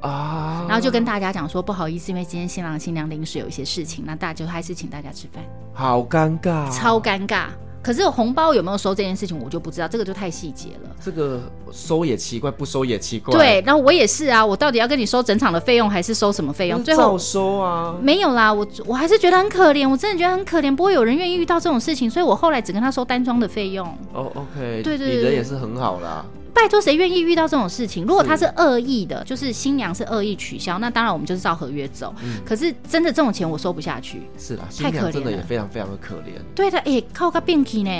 Speaker 2: 啊，
Speaker 3: 然后就跟大家讲说不好意思，因为今天新郎新娘临时有一些事情，那大家就还是请大家吃饭，
Speaker 2: 好尴尬，啊
Speaker 3: 超尴尬。可是红包有没有收这件事情我就不知道，这个就太细节了。
Speaker 2: 这个收也奇怪，不收也奇怪，
Speaker 3: 对，，然后我也是啊，我到底要跟你收整场的费用，还是收什么费用？最后嗯
Speaker 2: 照收啊，
Speaker 3: 没有啦，我我还是觉得很可怜，我真的觉得很可怜，不会有人愿意遇到这种事情，所以我后来只跟他收单装的费用。
Speaker 2: 哦，OK，
Speaker 3: 对对对
Speaker 2: 你人
Speaker 3: 对
Speaker 2: 也是很好啦，
Speaker 3: 拜托，谁愿意遇到这种事情？如果他
Speaker 2: 是
Speaker 3: 是恶意的，就是新娘是恶意取消，那当然我们就是照合约走。可是真的这种钱我收不下去，
Speaker 2: 是啦，新
Speaker 3: 太可
Speaker 2: 娘
Speaker 3: 怜
Speaker 2: 真的
Speaker 3: 了
Speaker 2: 也非常非常的可怜，
Speaker 3: 对的，哎、靠个变体呢，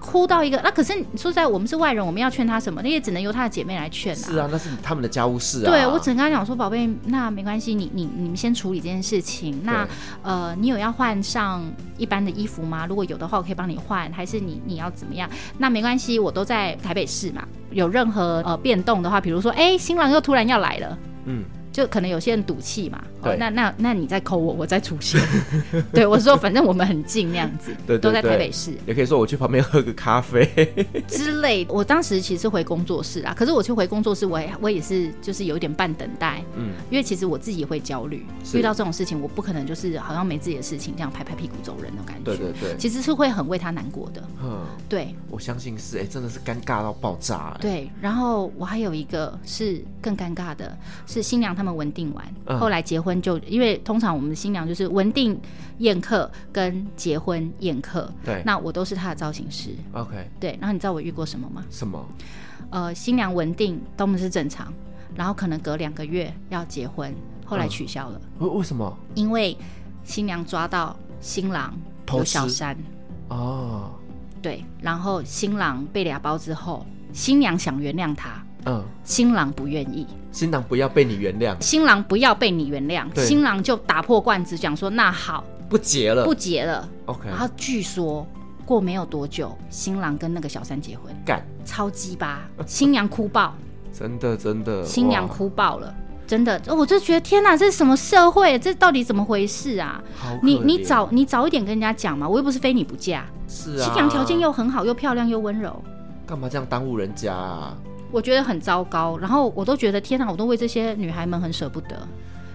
Speaker 3: 哭到一个。那可是你说实在，我们是外人，我们要劝他什么？那也只能由他的姐妹来劝
Speaker 2: 是啊，那是他们的家务事啊，
Speaker 3: 对我只能跟他讲说，宝贝，那没关系，你你你们先处理这件事情。那
Speaker 2: 对
Speaker 3: 呃，你有要换上一般的衣服吗？如果有的话，我可以帮你换，还是你你要怎么样？那没关系，我都在台北市嘛。有任何呃变动的话，比如说，哎、新郎又突然要来了。
Speaker 2: 嗯，
Speaker 3: 就可能有些人赌气嘛，哦
Speaker 2: 对、
Speaker 3: 那那那你再扣我，我再出现。 <laughs> 对，我说反正我们很近那样子，
Speaker 2: 对对
Speaker 3: 都在
Speaker 2: 对
Speaker 3: 台北市
Speaker 2: 也可以说我去旁边喝个咖啡，
Speaker 3: <laughs> 之类的。我当时其实回工作室啊，可是我去回工作室，我也我也是就是有点半等待，
Speaker 2: 嗯，
Speaker 3: 因为其实我自己会焦虑，
Speaker 2: 是
Speaker 3: 遇到这种事情，我不可能就是好像没自己的事情这样拍拍屁股走人的感觉。
Speaker 2: 对对对，
Speaker 3: 其实是会很为他难过的。
Speaker 2: 嗯，
Speaker 3: 对
Speaker 2: 我相信是，哎，真的是尴尬到爆炸，哎，
Speaker 3: 对，然后我还有一个是更尴尬的，是新娘他们们文定完，
Speaker 2: 嗯
Speaker 3: 后来结婚就因为通常我们的新娘就是文定宴客跟结婚宴客，
Speaker 2: 对
Speaker 3: 那我都是她的造型师。
Speaker 2: ，OK，
Speaker 3: 对，然后你知道我遇过什么吗？
Speaker 2: 什么？
Speaker 3: 呃，新娘文定都不是正常，然后可能隔两个月要结婚，后
Speaker 2: 嗯
Speaker 3: 来取消了，
Speaker 2: 为为什么？
Speaker 3: 因为新娘抓到新郎
Speaker 2: 偷
Speaker 3: 有
Speaker 2: 吃
Speaker 3: 小三，
Speaker 2: 哦，
Speaker 3: 对，然后新郎被俩包之后，新娘想原谅他，
Speaker 2: 嗯，
Speaker 3: 新郎不愿意，
Speaker 2: 新郎不要被你原谅，
Speaker 3: 新郎不要被你原谅，
Speaker 2: 对呃
Speaker 3: 新郎就打破罐子讲说那好
Speaker 2: 不结了
Speaker 3: 不结了，
Speaker 2: ，OK，
Speaker 3: 然后据说。过没有多久，新郎跟那个小三结婚，
Speaker 2: 干，
Speaker 3: 超鸡
Speaker 2: <laughs>
Speaker 3: 巴！新娘哭爆，
Speaker 2: 真的真的，
Speaker 3: 新娘
Speaker 2: 哇，
Speaker 3: 哭爆了，真的，哦我就觉得天哪，这是什么社会？这到底怎么回事啊？
Speaker 2: 好可
Speaker 3: 你你
Speaker 2: 怜
Speaker 3: 早你早一点跟人家讲嘛，我又不是非你不嫁，
Speaker 2: 是啊，
Speaker 3: 新娘条件又很好，又漂亮又温柔，
Speaker 2: 干嘛这样耽误人家啊？
Speaker 3: 我觉得很糟糕。然后我都觉得天哪，我都为这些女孩们很舍不得。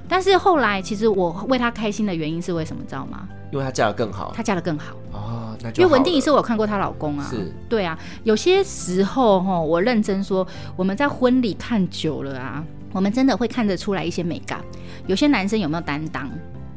Speaker 3: 但是后来，其实我为她开心的原因是为什么？你知道吗？
Speaker 2: 因为他嫁得更好
Speaker 3: 她嫁得更好，
Speaker 2: 哦，那就
Speaker 3: 因为
Speaker 2: 好
Speaker 3: 文定
Speaker 2: 了
Speaker 3: 仪是我有看过她老公啊。
Speaker 2: 是
Speaker 3: 对啊，有些时候哈，我认真说，我们在婚礼看久了啊，我们真的会看得出来一些美感。有些男生有没有担当？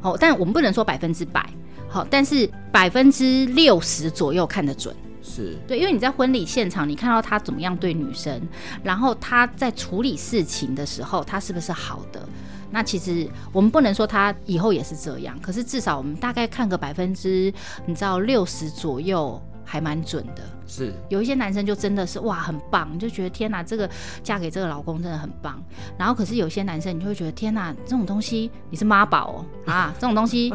Speaker 3: 哦，但我们不能说百分之百，好、但是百分之六十左右看得准。
Speaker 2: 是
Speaker 3: 对，因为你在婚礼现场，你看到他怎么样对女生，然后他在处理事情的时候，他是不是好的？那其实我们不能说他以后也是这样，可是至少我们大概看个百分之，你知道六十左右，还蛮准的。
Speaker 2: 是
Speaker 3: 有一些男生就真的是哇很棒，你就觉得天哪，这个嫁给这个老公真的很棒。然后可是有些男生你就会觉得天哪，这种东西你是妈宝哦啊，这种东西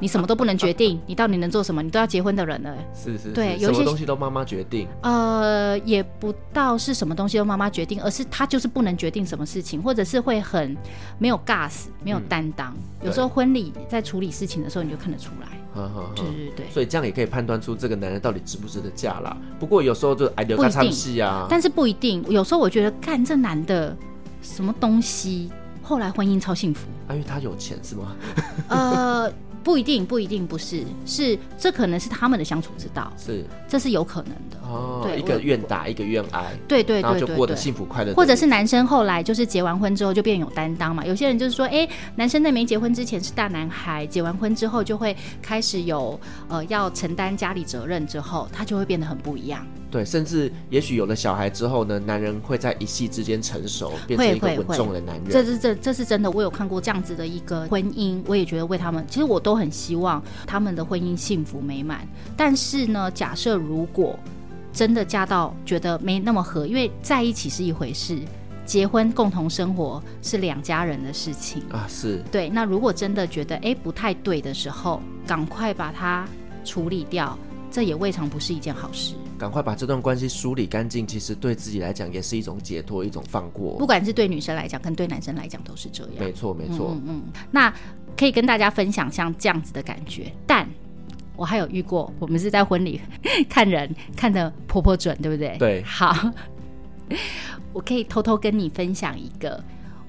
Speaker 3: 你什么都不能决定，你到底能做什么？你都要结婚的人了欸。
Speaker 2: 是是，
Speaker 3: 对
Speaker 2: 是
Speaker 3: 有一
Speaker 2: 什么
Speaker 3: 些
Speaker 2: 东西都妈妈决定，
Speaker 3: 呃，也不到是什么东西由妈妈决定，而是她就是不能决定什么事情，或者是会很没有 gas，没有担当。有时候婚礼在处理事情的时候，你就看得出来。
Speaker 2: 呵呵呵
Speaker 3: 对对对。
Speaker 2: 所以这样也可以判断出这个男人到底值不值得嫁啦。不过有时候就哎留他唱戏啊，
Speaker 3: 但是不一定，有时候我觉得干这男的什么东西，后来婚姻超幸
Speaker 2: <laughs>
Speaker 3: 福。
Speaker 2: 啊因为他有钱是吗？
Speaker 3: 呃，不一定，不一定不是，是这可能是他们的相处之道，
Speaker 2: 是
Speaker 3: 这是有可能的。
Speaker 2: 哦，
Speaker 3: 对
Speaker 2: 一个
Speaker 3: 我
Speaker 2: 愿打一个愿挨，
Speaker 3: 对对
Speaker 2: 然后
Speaker 3: 对
Speaker 2: 就
Speaker 3: 对
Speaker 2: 过得
Speaker 3: 对。
Speaker 2: 幸福快乐的日子，
Speaker 3: 或者是男生后来就是结完婚之后就变有担当嘛。有些人就是说，哎、男生在没结婚之前是大男孩，结完婚之后就会开始有呃要承担家里责任，之后他就会变得很不一样。
Speaker 2: 对，甚至也许有了小孩之后呢，男人会在一夕之间成熟，变成一个
Speaker 3: 会
Speaker 2: 稳
Speaker 3: 会
Speaker 2: 重的男人。
Speaker 3: 这是这这是真的，我有看过这样子的一个婚姻，我也觉得为他们，其实我都很希望他们的婚姻幸福美满。但是呢，假设如果真的嫁到觉得没那么合，因为在一起是一回事，结婚共同生活是两家人的事情。
Speaker 2: 啊，是
Speaker 3: 对，那如果真的觉得诶不太对的时候，赶快把它处理掉，这也未尝不是一件好事。
Speaker 2: 赶快把这段关系梳理干净，其实对自己来讲也是一种解脱，一种放
Speaker 3: 不
Speaker 2: 过。
Speaker 3: 管是对女生来讲，跟对男生来讲都是这样。
Speaker 2: 没错，没错。
Speaker 3: 嗯嗯，那可以跟大家分享像这样子的感觉，但。我还有遇过，我们是在婚礼 <laughs> 看人看的婆婆准，对不对？
Speaker 2: 对
Speaker 3: 好， <laughs> 我可以偷偷跟你分享一个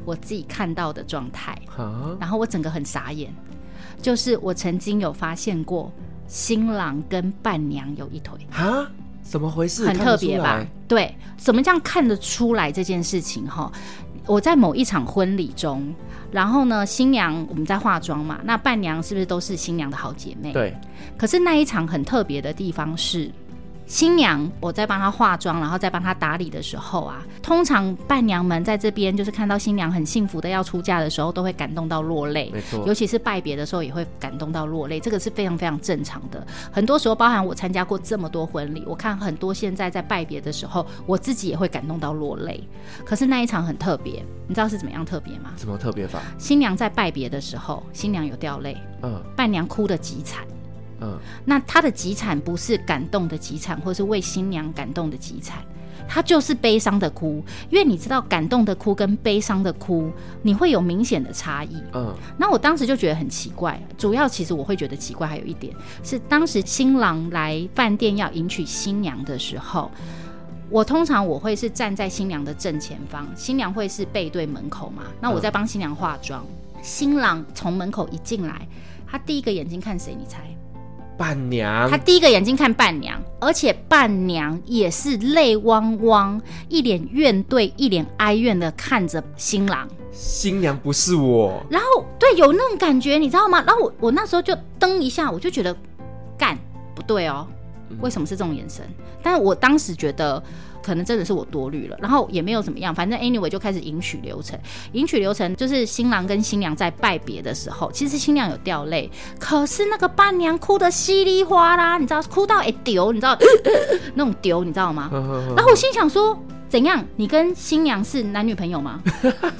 Speaker 3: 我自己看到的状态。
Speaker 2: 啊，
Speaker 3: 然后我整个很傻眼，就是我曾经有发现过新郎跟伴娘有一腿，
Speaker 2: 哈，怎么回事？
Speaker 3: 很
Speaker 2: 看不
Speaker 3: 特
Speaker 2: 出
Speaker 3: 别吧
Speaker 2: 来？？
Speaker 3: 对，怎么这样看得出来这件事情哈？我在某一场婚礼中，然后呢，新娘我们在化妆嘛，那伴娘是不是都是新娘的好姐妹？。
Speaker 2: 对，
Speaker 3: 可是那一场很特别的地方是，新娘我在帮她化妆，然后再帮她打理的时候啊，通常伴娘们在这边就是看到新娘很幸福的要出嫁的时候，都会感动到落泪。
Speaker 2: 没错
Speaker 3: 尤。其是拜别的时候也会感动到落泪，这个是非常非常正常的。很多时候，包含我参加过这么多婚礼，我看很多现在在拜别的时候，我自己也会感动到落泪。可是那一场很特别，你知道是怎么样特别吗？
Speaker 2: 怎么特别法？
Speaker 3: 新娘在拜别的时候，新娘有掉泪，
Speaker 2: 嗯
Speaker 3: 伴娘哭的极惨。
Speaker 2: 嗯，
Speaker 3: 那她的极惨不是感动的极惨，或是为新娘感动的极惨，她就是悲伤的哭。因为你知道，感动的哭跟悲伤的哭，你会有明显的差异。
Speaker 2: 嗯，
Speaker 3: 那我当时就觉得很奇怪，主要其实我会觉得奇怪，还有一点是当时新郎来饭店要迎娶新娘的时候，我通常我会是站在新娘的正前方，新娘会是背对门口嘛，那我在帮新娘化妆，新郎从门口一进来，他第一个眼睛看谁？你猜？
Speaker 2: 伴娘
Speaker 3: 他第一个眼睛看伴娘，而且伴娘也是泪汪汪，一脸怨怼，一脸哀怨的看着新郎。
Speaker 2: 新娘不是我，
Speaker 3: 然后对，有那种感觉，你知道吗？然后我我那时候就噔一下，我就觉得干不对哦，为什么是这种眼神？但是我当时觉得。可能真的是我多虑了，然后也没有怎么样，反正 anyway 就开始迎娶流程。迎娶流程就是新郎跟新娘在拜别的时候，其实新娘有掉泪，可是那个伴娘哭得稀里哗啦，你知道，哭到哎丢，你知道 <coughs> 那种丢，你知道吗？
Speaker 2: 嗯
Speaker 3: 然后我心想说，怎样？你跟新娘是男女朋友吗？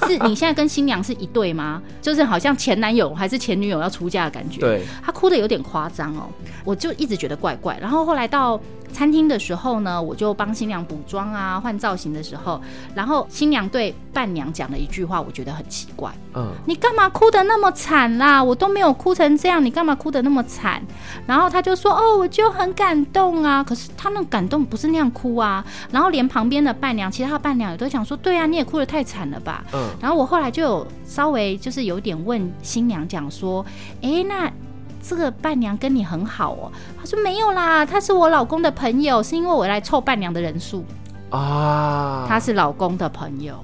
Speaker 3: 是你现在跟新娘是一对吗？就是好像前男友还是前女友要出嫁的感觉。
Speaker 2: 对，
Speaker 3: 他哭的有点夸张哦，我就一直觉得怪怪。然后后来到餐厅的时候呢，我就帮新娘补妆啊、换造型的时候，然后新娘对伴娘讲了一句话，我觉得很奇怪。
Speaker 2: 嗯，
Speaker 3: 你干嘛哭的那么惨啦？我都没有哭成这样，你干嘛哭的那么惨？然后他就说：“哦，我就很感动啊。”可是他那种感动不是那样哭啊。然后连旁边的伴娘，其他的伴娘也都讲说：“对啊，你也哭的太惨了吧？”
Speaker 2: 嗯
Speaker 3: 然后我后来就有稍微就是有点问新娘讲说：“诶，那这个伴娘跟你很好哦？”她说：“没有啦，她是我老公的朋友，是因为我来凑伴娘的人数，
Speaker 2: 啊，
Speaker 3: 她是老公的朋友。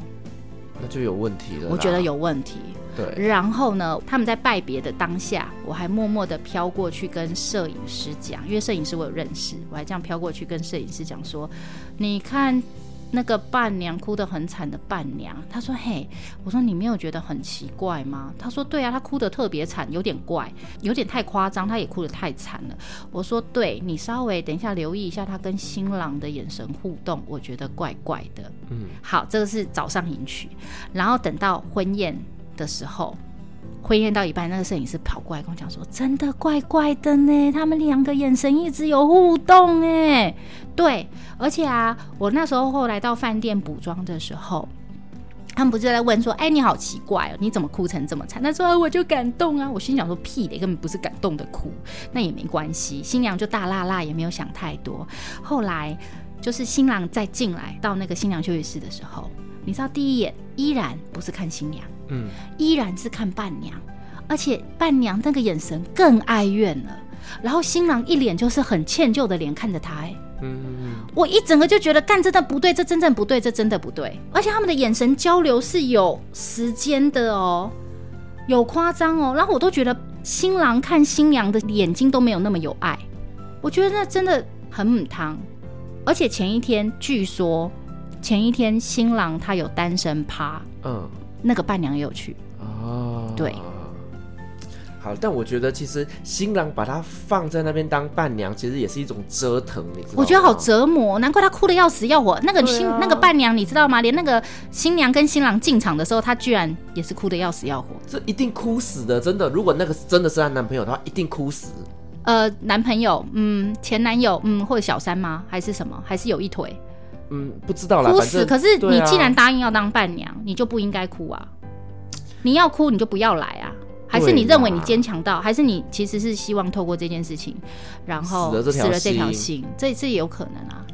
Speaker 2: 那就有问题了。
Speaker 3: 我觉得，有问题。
Speaker 2: 对，
Speaker 3: 然后呢，他们在拜别的当下，我还默默的飘过去跟摄影师讲，因为摄影师我有认识，我还这样飘过去跟摄影师讲说：“你看那个伴娘哭得很惨的伴娘。”他说：“嘿，我说你没有觉得很奇怪吗？”他说：“对啊，她哭得特别惨，有点怪，有点太夸张，她也哭得太惨了。”我说：“对，你稍微等一下留意一下她跟新郎的眼神互动，我觉得怪怪的。”
Speaker 2: 嗯，
Speaker 3: 好，这个是早上迎娶，然后等到婚宴的时候，婚宴到一半，那个摄影师跑过来跟我讲说：“真的怪怪的呢，他们两个眼神一直有互动哎。”对，而且啊，我那时候后来到饭店补妆的时候。他们不是在问说：“哎，你好奇怪哦，你怎么哭成这么惨？”他说啊：“我就感动啊！”我心想说：“屁的，根本不是感动的哭，那也没关系。”新娘就大辣辣，也没有想太多。后来就是新郎再进来到那个新娘休息室的时候，你知道第一眼依然不是看新娘，
Speaker 2: 嗯，
Speaker 3: 依然是看伴娘，而且伴娘那个眼神更哀怨了。然后新郎一脸就是很歉疚的脸看着他、哎，
Speaker 2: 嗯，
Speaker 3: 我一整个就觉得干真的不对，这真正不对，这真的不对。而且他们的眼神交流是有时间的哦，有夸张哦，然后我都觉得新郎看新娘的眼睛都没有那么有爱，我觉得那真的很母汤。而且前一天据说，前一天新郎他有单身趴，
Speaker 2: 嗯，
Speaker 3: 那个伴娘也有去，
Speaker 2: 哦，
Speaker 3: 对。
Speaker 2: 好，但我觉得其实新郎把她放在那边当伴娘，其实也是一种折腾，你知道吗？
Speaker 3: 我觉得好折磨，哦难怪他哭的要死要活。那个
Speaker 2: 对啊
Speaker 3: 新、那个伴娘你知道吗？连那个新娘跟新郎进场的时候，他居然也是哭的要死要活。
Speaker 2: 这一定哭死的，真的。如果那个真的是她男朋友的话，一定哭死。
Speaker 3: 呃，男朋友，嗯，前男友，嗯，或者小三吗？还是什么？还是有一腿
Speaker 2: 嗯，不知道啦，
Speaker 3: 哭
Speaker 2: 反
Speaker 3: 死？
Speaker 2: 正
Speaker 3: 可是
Speaker 2: 对
Speaker 3: 你
Speaker 2: 啊
Speaker 3: 既然答应要当伴娘，你就不应该哭啊！你要哭，你就不要来啊！还是你
Speaker 2: 对啦
Speaker 3: 认为你坚强到？还是你其实是希望透过这件事情，然后
Speaker 2: 死了这条
Speaker 3: 这条
Speaker 2: 心
Speaker 3: 心，这这也有可能啊。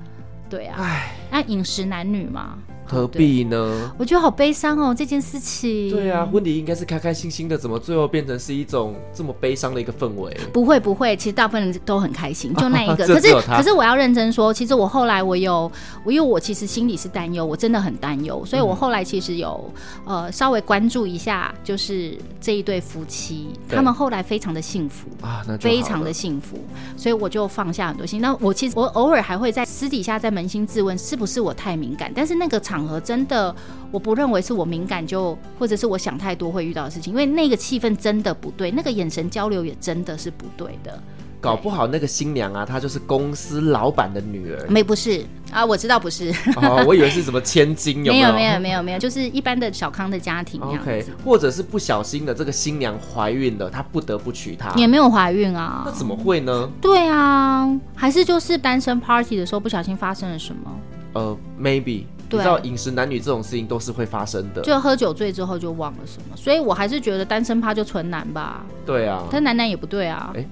Speaker 3: 对啊，
Speaker 2: 唉，
Speaker 3: 那饮食男女嘛，
Speaker 2: 何必呢？
Speaker 3: 我觉得好悲伤哦，这件事情。
Speaker 2: 对啊，婚礼应该是开开心心的，怎么最后变成是一种这么悲伤的一个氛围？
Speaker 3: 不会不会，其实大部分人都很
Speaker 2: <laughs>
Speaker 3: 开心，就那一个。
Speaker 2: 这
Speaker 3: 可
Speaker 2: 只
Speaker 3: 是
Speaker 2: 有他
Speaker 3: 可是我要认真说，其实我后来我有，我因为我其实心里是担忧，我真的很担忧，所以
Speaker 2: 嗯
Speaker 3: 我后来其实有呃稍微关注一下，就是这一对夫妻，
Speaker 2: 对
Speaker 3: 他们后来非常的幸福。
Speaker 2: 啊，那就
Speaker 3: 非
Speaker 2: 好
Speaker 3: 常
Speaker 2: 了
Speaker 3: 的幸福，所以我就放下很多心。那我其实我偶尔还会在私底下在扪心自问，是不是我太敏感？但是那个场合真的，我不认为是我敏感就，或者是我想太多会遇到的事情，因为那个气氛真的不对，那个眼神交流也真的是不对的。
Speaker 2: 搞不好那个新娘啊，她就是公司老板的女
Speaker 3: <laughs>
Speaker 2: 儿
Speaker 3: 没不是啊，我知道不是，
Speaker 2: 哦，我以为是什么千金，有
Speaker 3: 没
Speaker 2: 有
Speaker 3: 有没有没有没有，就是一般的小康的家庭那样子
Speaker 2: OK，或者是不小心的这个新娘怀孕了，她不得不娶她，
Speaker 3: 也没有怀孕啊
Speaker 2: 那。怎么会呢？
Speaker 3: 对啊，还是就是单身 party 的时候不小心发生了什么，
Speaker 2: 呃，maybe，你
Speaker 3: 对
Speaker 2: 知道饮食男女这种事情都是会发生的，
Speaker 3: 就喝酒醉之后就忘了什么，所以我
Speaker 2: 哦
Speaker 3: <laughs> 还是觉得单身趴就纯男吧，
Speaker 2: 对啊，
Speaker 3: 但男男也不对啊。
Speaker 2: 哎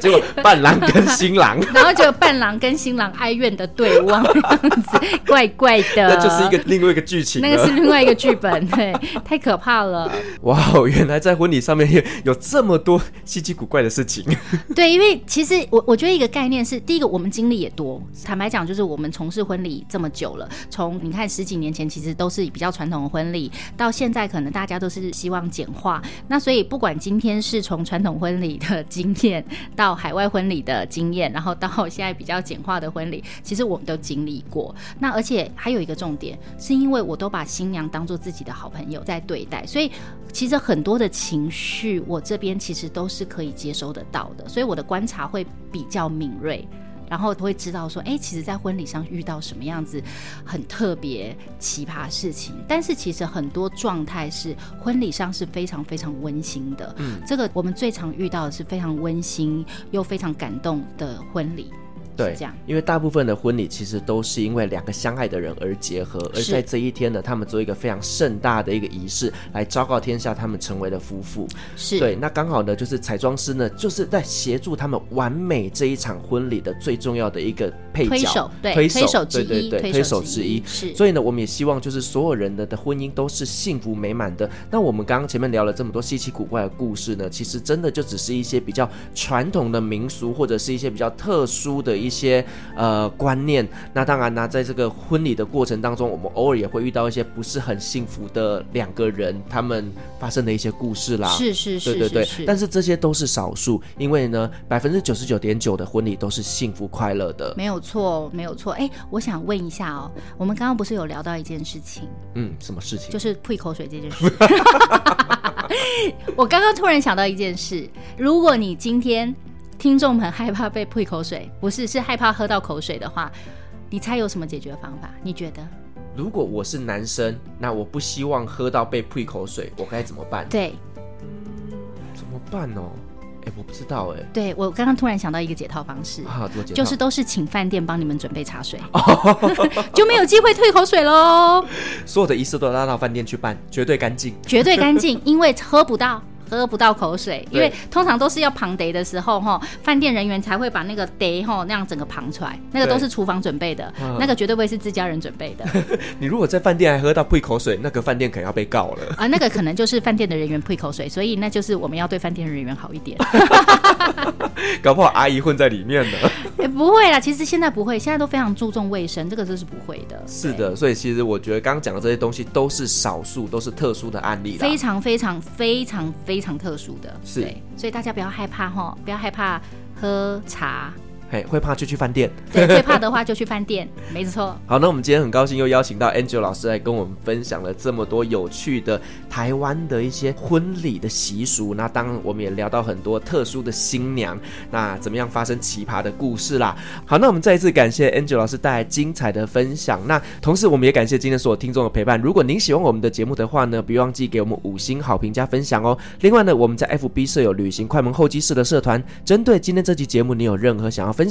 Speaker 2: 结果伴郎跟新
Speaker 3: <laughs>
Speaker 2: 郎，
Speaker 3: 然后就伴郎跟新郎哀怨的对望，这样
Speaker 2: <laughs>
Speaker 3: 子怪怪的。
Speaker 2: 那就是一个另外一个剧情了。
Speaker 3: 啊
Speaker 2: 啊
Speaker 3: 那个是另外一个剧本，对，太可怕了。
Speaker 2: 哇哦，原来在婚礼上面也有这么多稀奇古怪的事
Speaker 3: <laughs>
Speaker 2: 情。
Speaker 3: 对，因为其实我我觉得一个概念是，第一个我们经历也多，坦白讲，就是我们从事婚礼这么久了，从你看十几年前其实都是比较传统的婚礼，到现在可能大家都是希望简化。那所以不管今天是从传统婚礼的经验到海外婚礼的经验，然后到现在比较简化的婚礼， <laughs> 其实我们都经历过。那而且还有一个重点，是因为我都把新娘当做自己的好朋友在对待，所以其实很多的情绪我这边其实都是可以接收得到的，所以我的观察会比较敏锐。然后会知道说，哎，其实，在婚礼上遇到什么样子很特别、奇葩的事情，但是其实很多状态是婚礼上是非常非常温馨的。嗯，这个我们最常遇到的是非常温馨又非常感动的婚礼。
Speaker 2: 对
Speaker 3: 是这样，
Speaker 2: 因为大部分的婚礼其实都是因为两个相爱的人而结合，而
Speaker 3: 是
Speaker 2: 在这一天呢，他们做一个非常盛大的一个仪式，来昭告天下他们成为了夫妇。
Speaker 3: 是
Speaker 2: 对，那刚好呢，就是彩妆师呢，就是在协助他们完美这一场婚礼的最重要的一个配角，
Speaker 3: 推手，对，
Speaker 2: 推
Speaker 3: 推手之
Speaker 2: 对
Speaker 3: 一，
Speaker 2: 对对，
Speaker 3: 推
Speaker 2: 推
Speaker 3: 手
Speaker 2: 手之一。
Speaker 3: 是。
Speaker 2: 所以呢，我们也希望就是所有人的的婚姻都是幸福美满的。那我们刚刚前面聊了这么多稀奇古怪的故事呢，其实真的就只是一些比较传统的民俗，或者是一些比较特殊的一些呃观念。那当然呢，在这个婚礼的过程当中，我们偶尔也会遇到一些不是很幸福的两个人他们发生的一些故事啦。
Speaker 3: 是是是
Speaker 2: 对对对
Speaker 3: 是是，
Speaker 2: 但是这些都是少数，因为呢，百分之九十九点九的婚礼都是幸福快乐的。
Speaker 3: 没有错，没有错。哎，我想问一下哦，我们刚刚不是有聊到一件事情，
Speaker 2: 嗯，什么事情？
Speaker 3: 就是吐口水这件事。 <laughs> 我刚刚突然想到一件事，如果你今天听众们害怕被吐口水，不是是害怕喝到口水的话，你猜有什么解决方法？你觉得？
Speaker 2: 如果我是男生，那我不希望喝到被吐口水，我该怎么办？
Speaker 3: 对，
Speaker 2: 怎么办哦？哎、我不知道哎、
Speaker 3: 对我刚刚突然想到一个解套方式。
Speaker 2: 啊，怎么解
Speaker 3: <laughs> 就
Speaker 2: 套
Speaker 3: 是都是请饭店帮你们准备茶水， <laughs> 就没有机会吐口水喽。
Speaker 2: 所有的仪式都要拉到饭店去办，绝对干净。
Speaker 3: 绝对
Speaker 2: <laughs>
Speaker 3: 干净，因为喝不到。喝不到口水，因
Speaker 2: 对
Speaker 3: 为通常都是要旁得的时候，哈，饭店人员才会把那个得哈那样整个旁出来，那个
Speaker 2: 对
Speaker 3: 都是厨房准备的
Speaker 2: 嗯，
Speaker 3: 那个绝对不会是自家人准
Speaker 2: <laughs>
Speaker 3: 备的
Speaker 2: 你如果在饭店还喝到吐口水，那个饭店可能要被告了。 <laughs>
Speaker 3: 啊，那个可能就是饭店的人员吐口水，所以那就是我们要对饭店人员好
Speaker 2: <laughs>
Speaker 3: 一点。
Speaker 2: 搞不好阿姨混在里面呢。
Speaker 3: 哎不会啦，其实现在不会，现在都非常注重卫生，这个这是不会的。
Speaker 2: 是的，所以其实我觉得刚刚讲的这些东西都是少数，都是特殊的案例啦。
Speaker 3: 非常非常非常非常特殊的，
Speaker 2: 是
Speaker 3: 对，所以大家不要害怕哈，不要害怕喝茶，
Speaker 2: 嘿，会怕就去饭店。
Speaker 3: 对，最怕的话就去饭店，没错。
Speaker 2: 好，那我们今天很高兴又邀请到 Angel 老师来跟我们分享了这么多有趣的台湾的一些婚礼的习俗。那当然，我们也聊到很多特殊的新娘，那怎么样发生奇葩的故事啦。好，那我们再一次感谢 Angel 老师带来精彩的分享。那同时，我们也感谢今天所有听众的陪伴。如果您喜欢我们的节目的话呢，别忘记给我们五星好评加分享哦。另外呢，我们在 FB 设有旅行快门候机室的社团，针对今天这期节目，你有任何想要分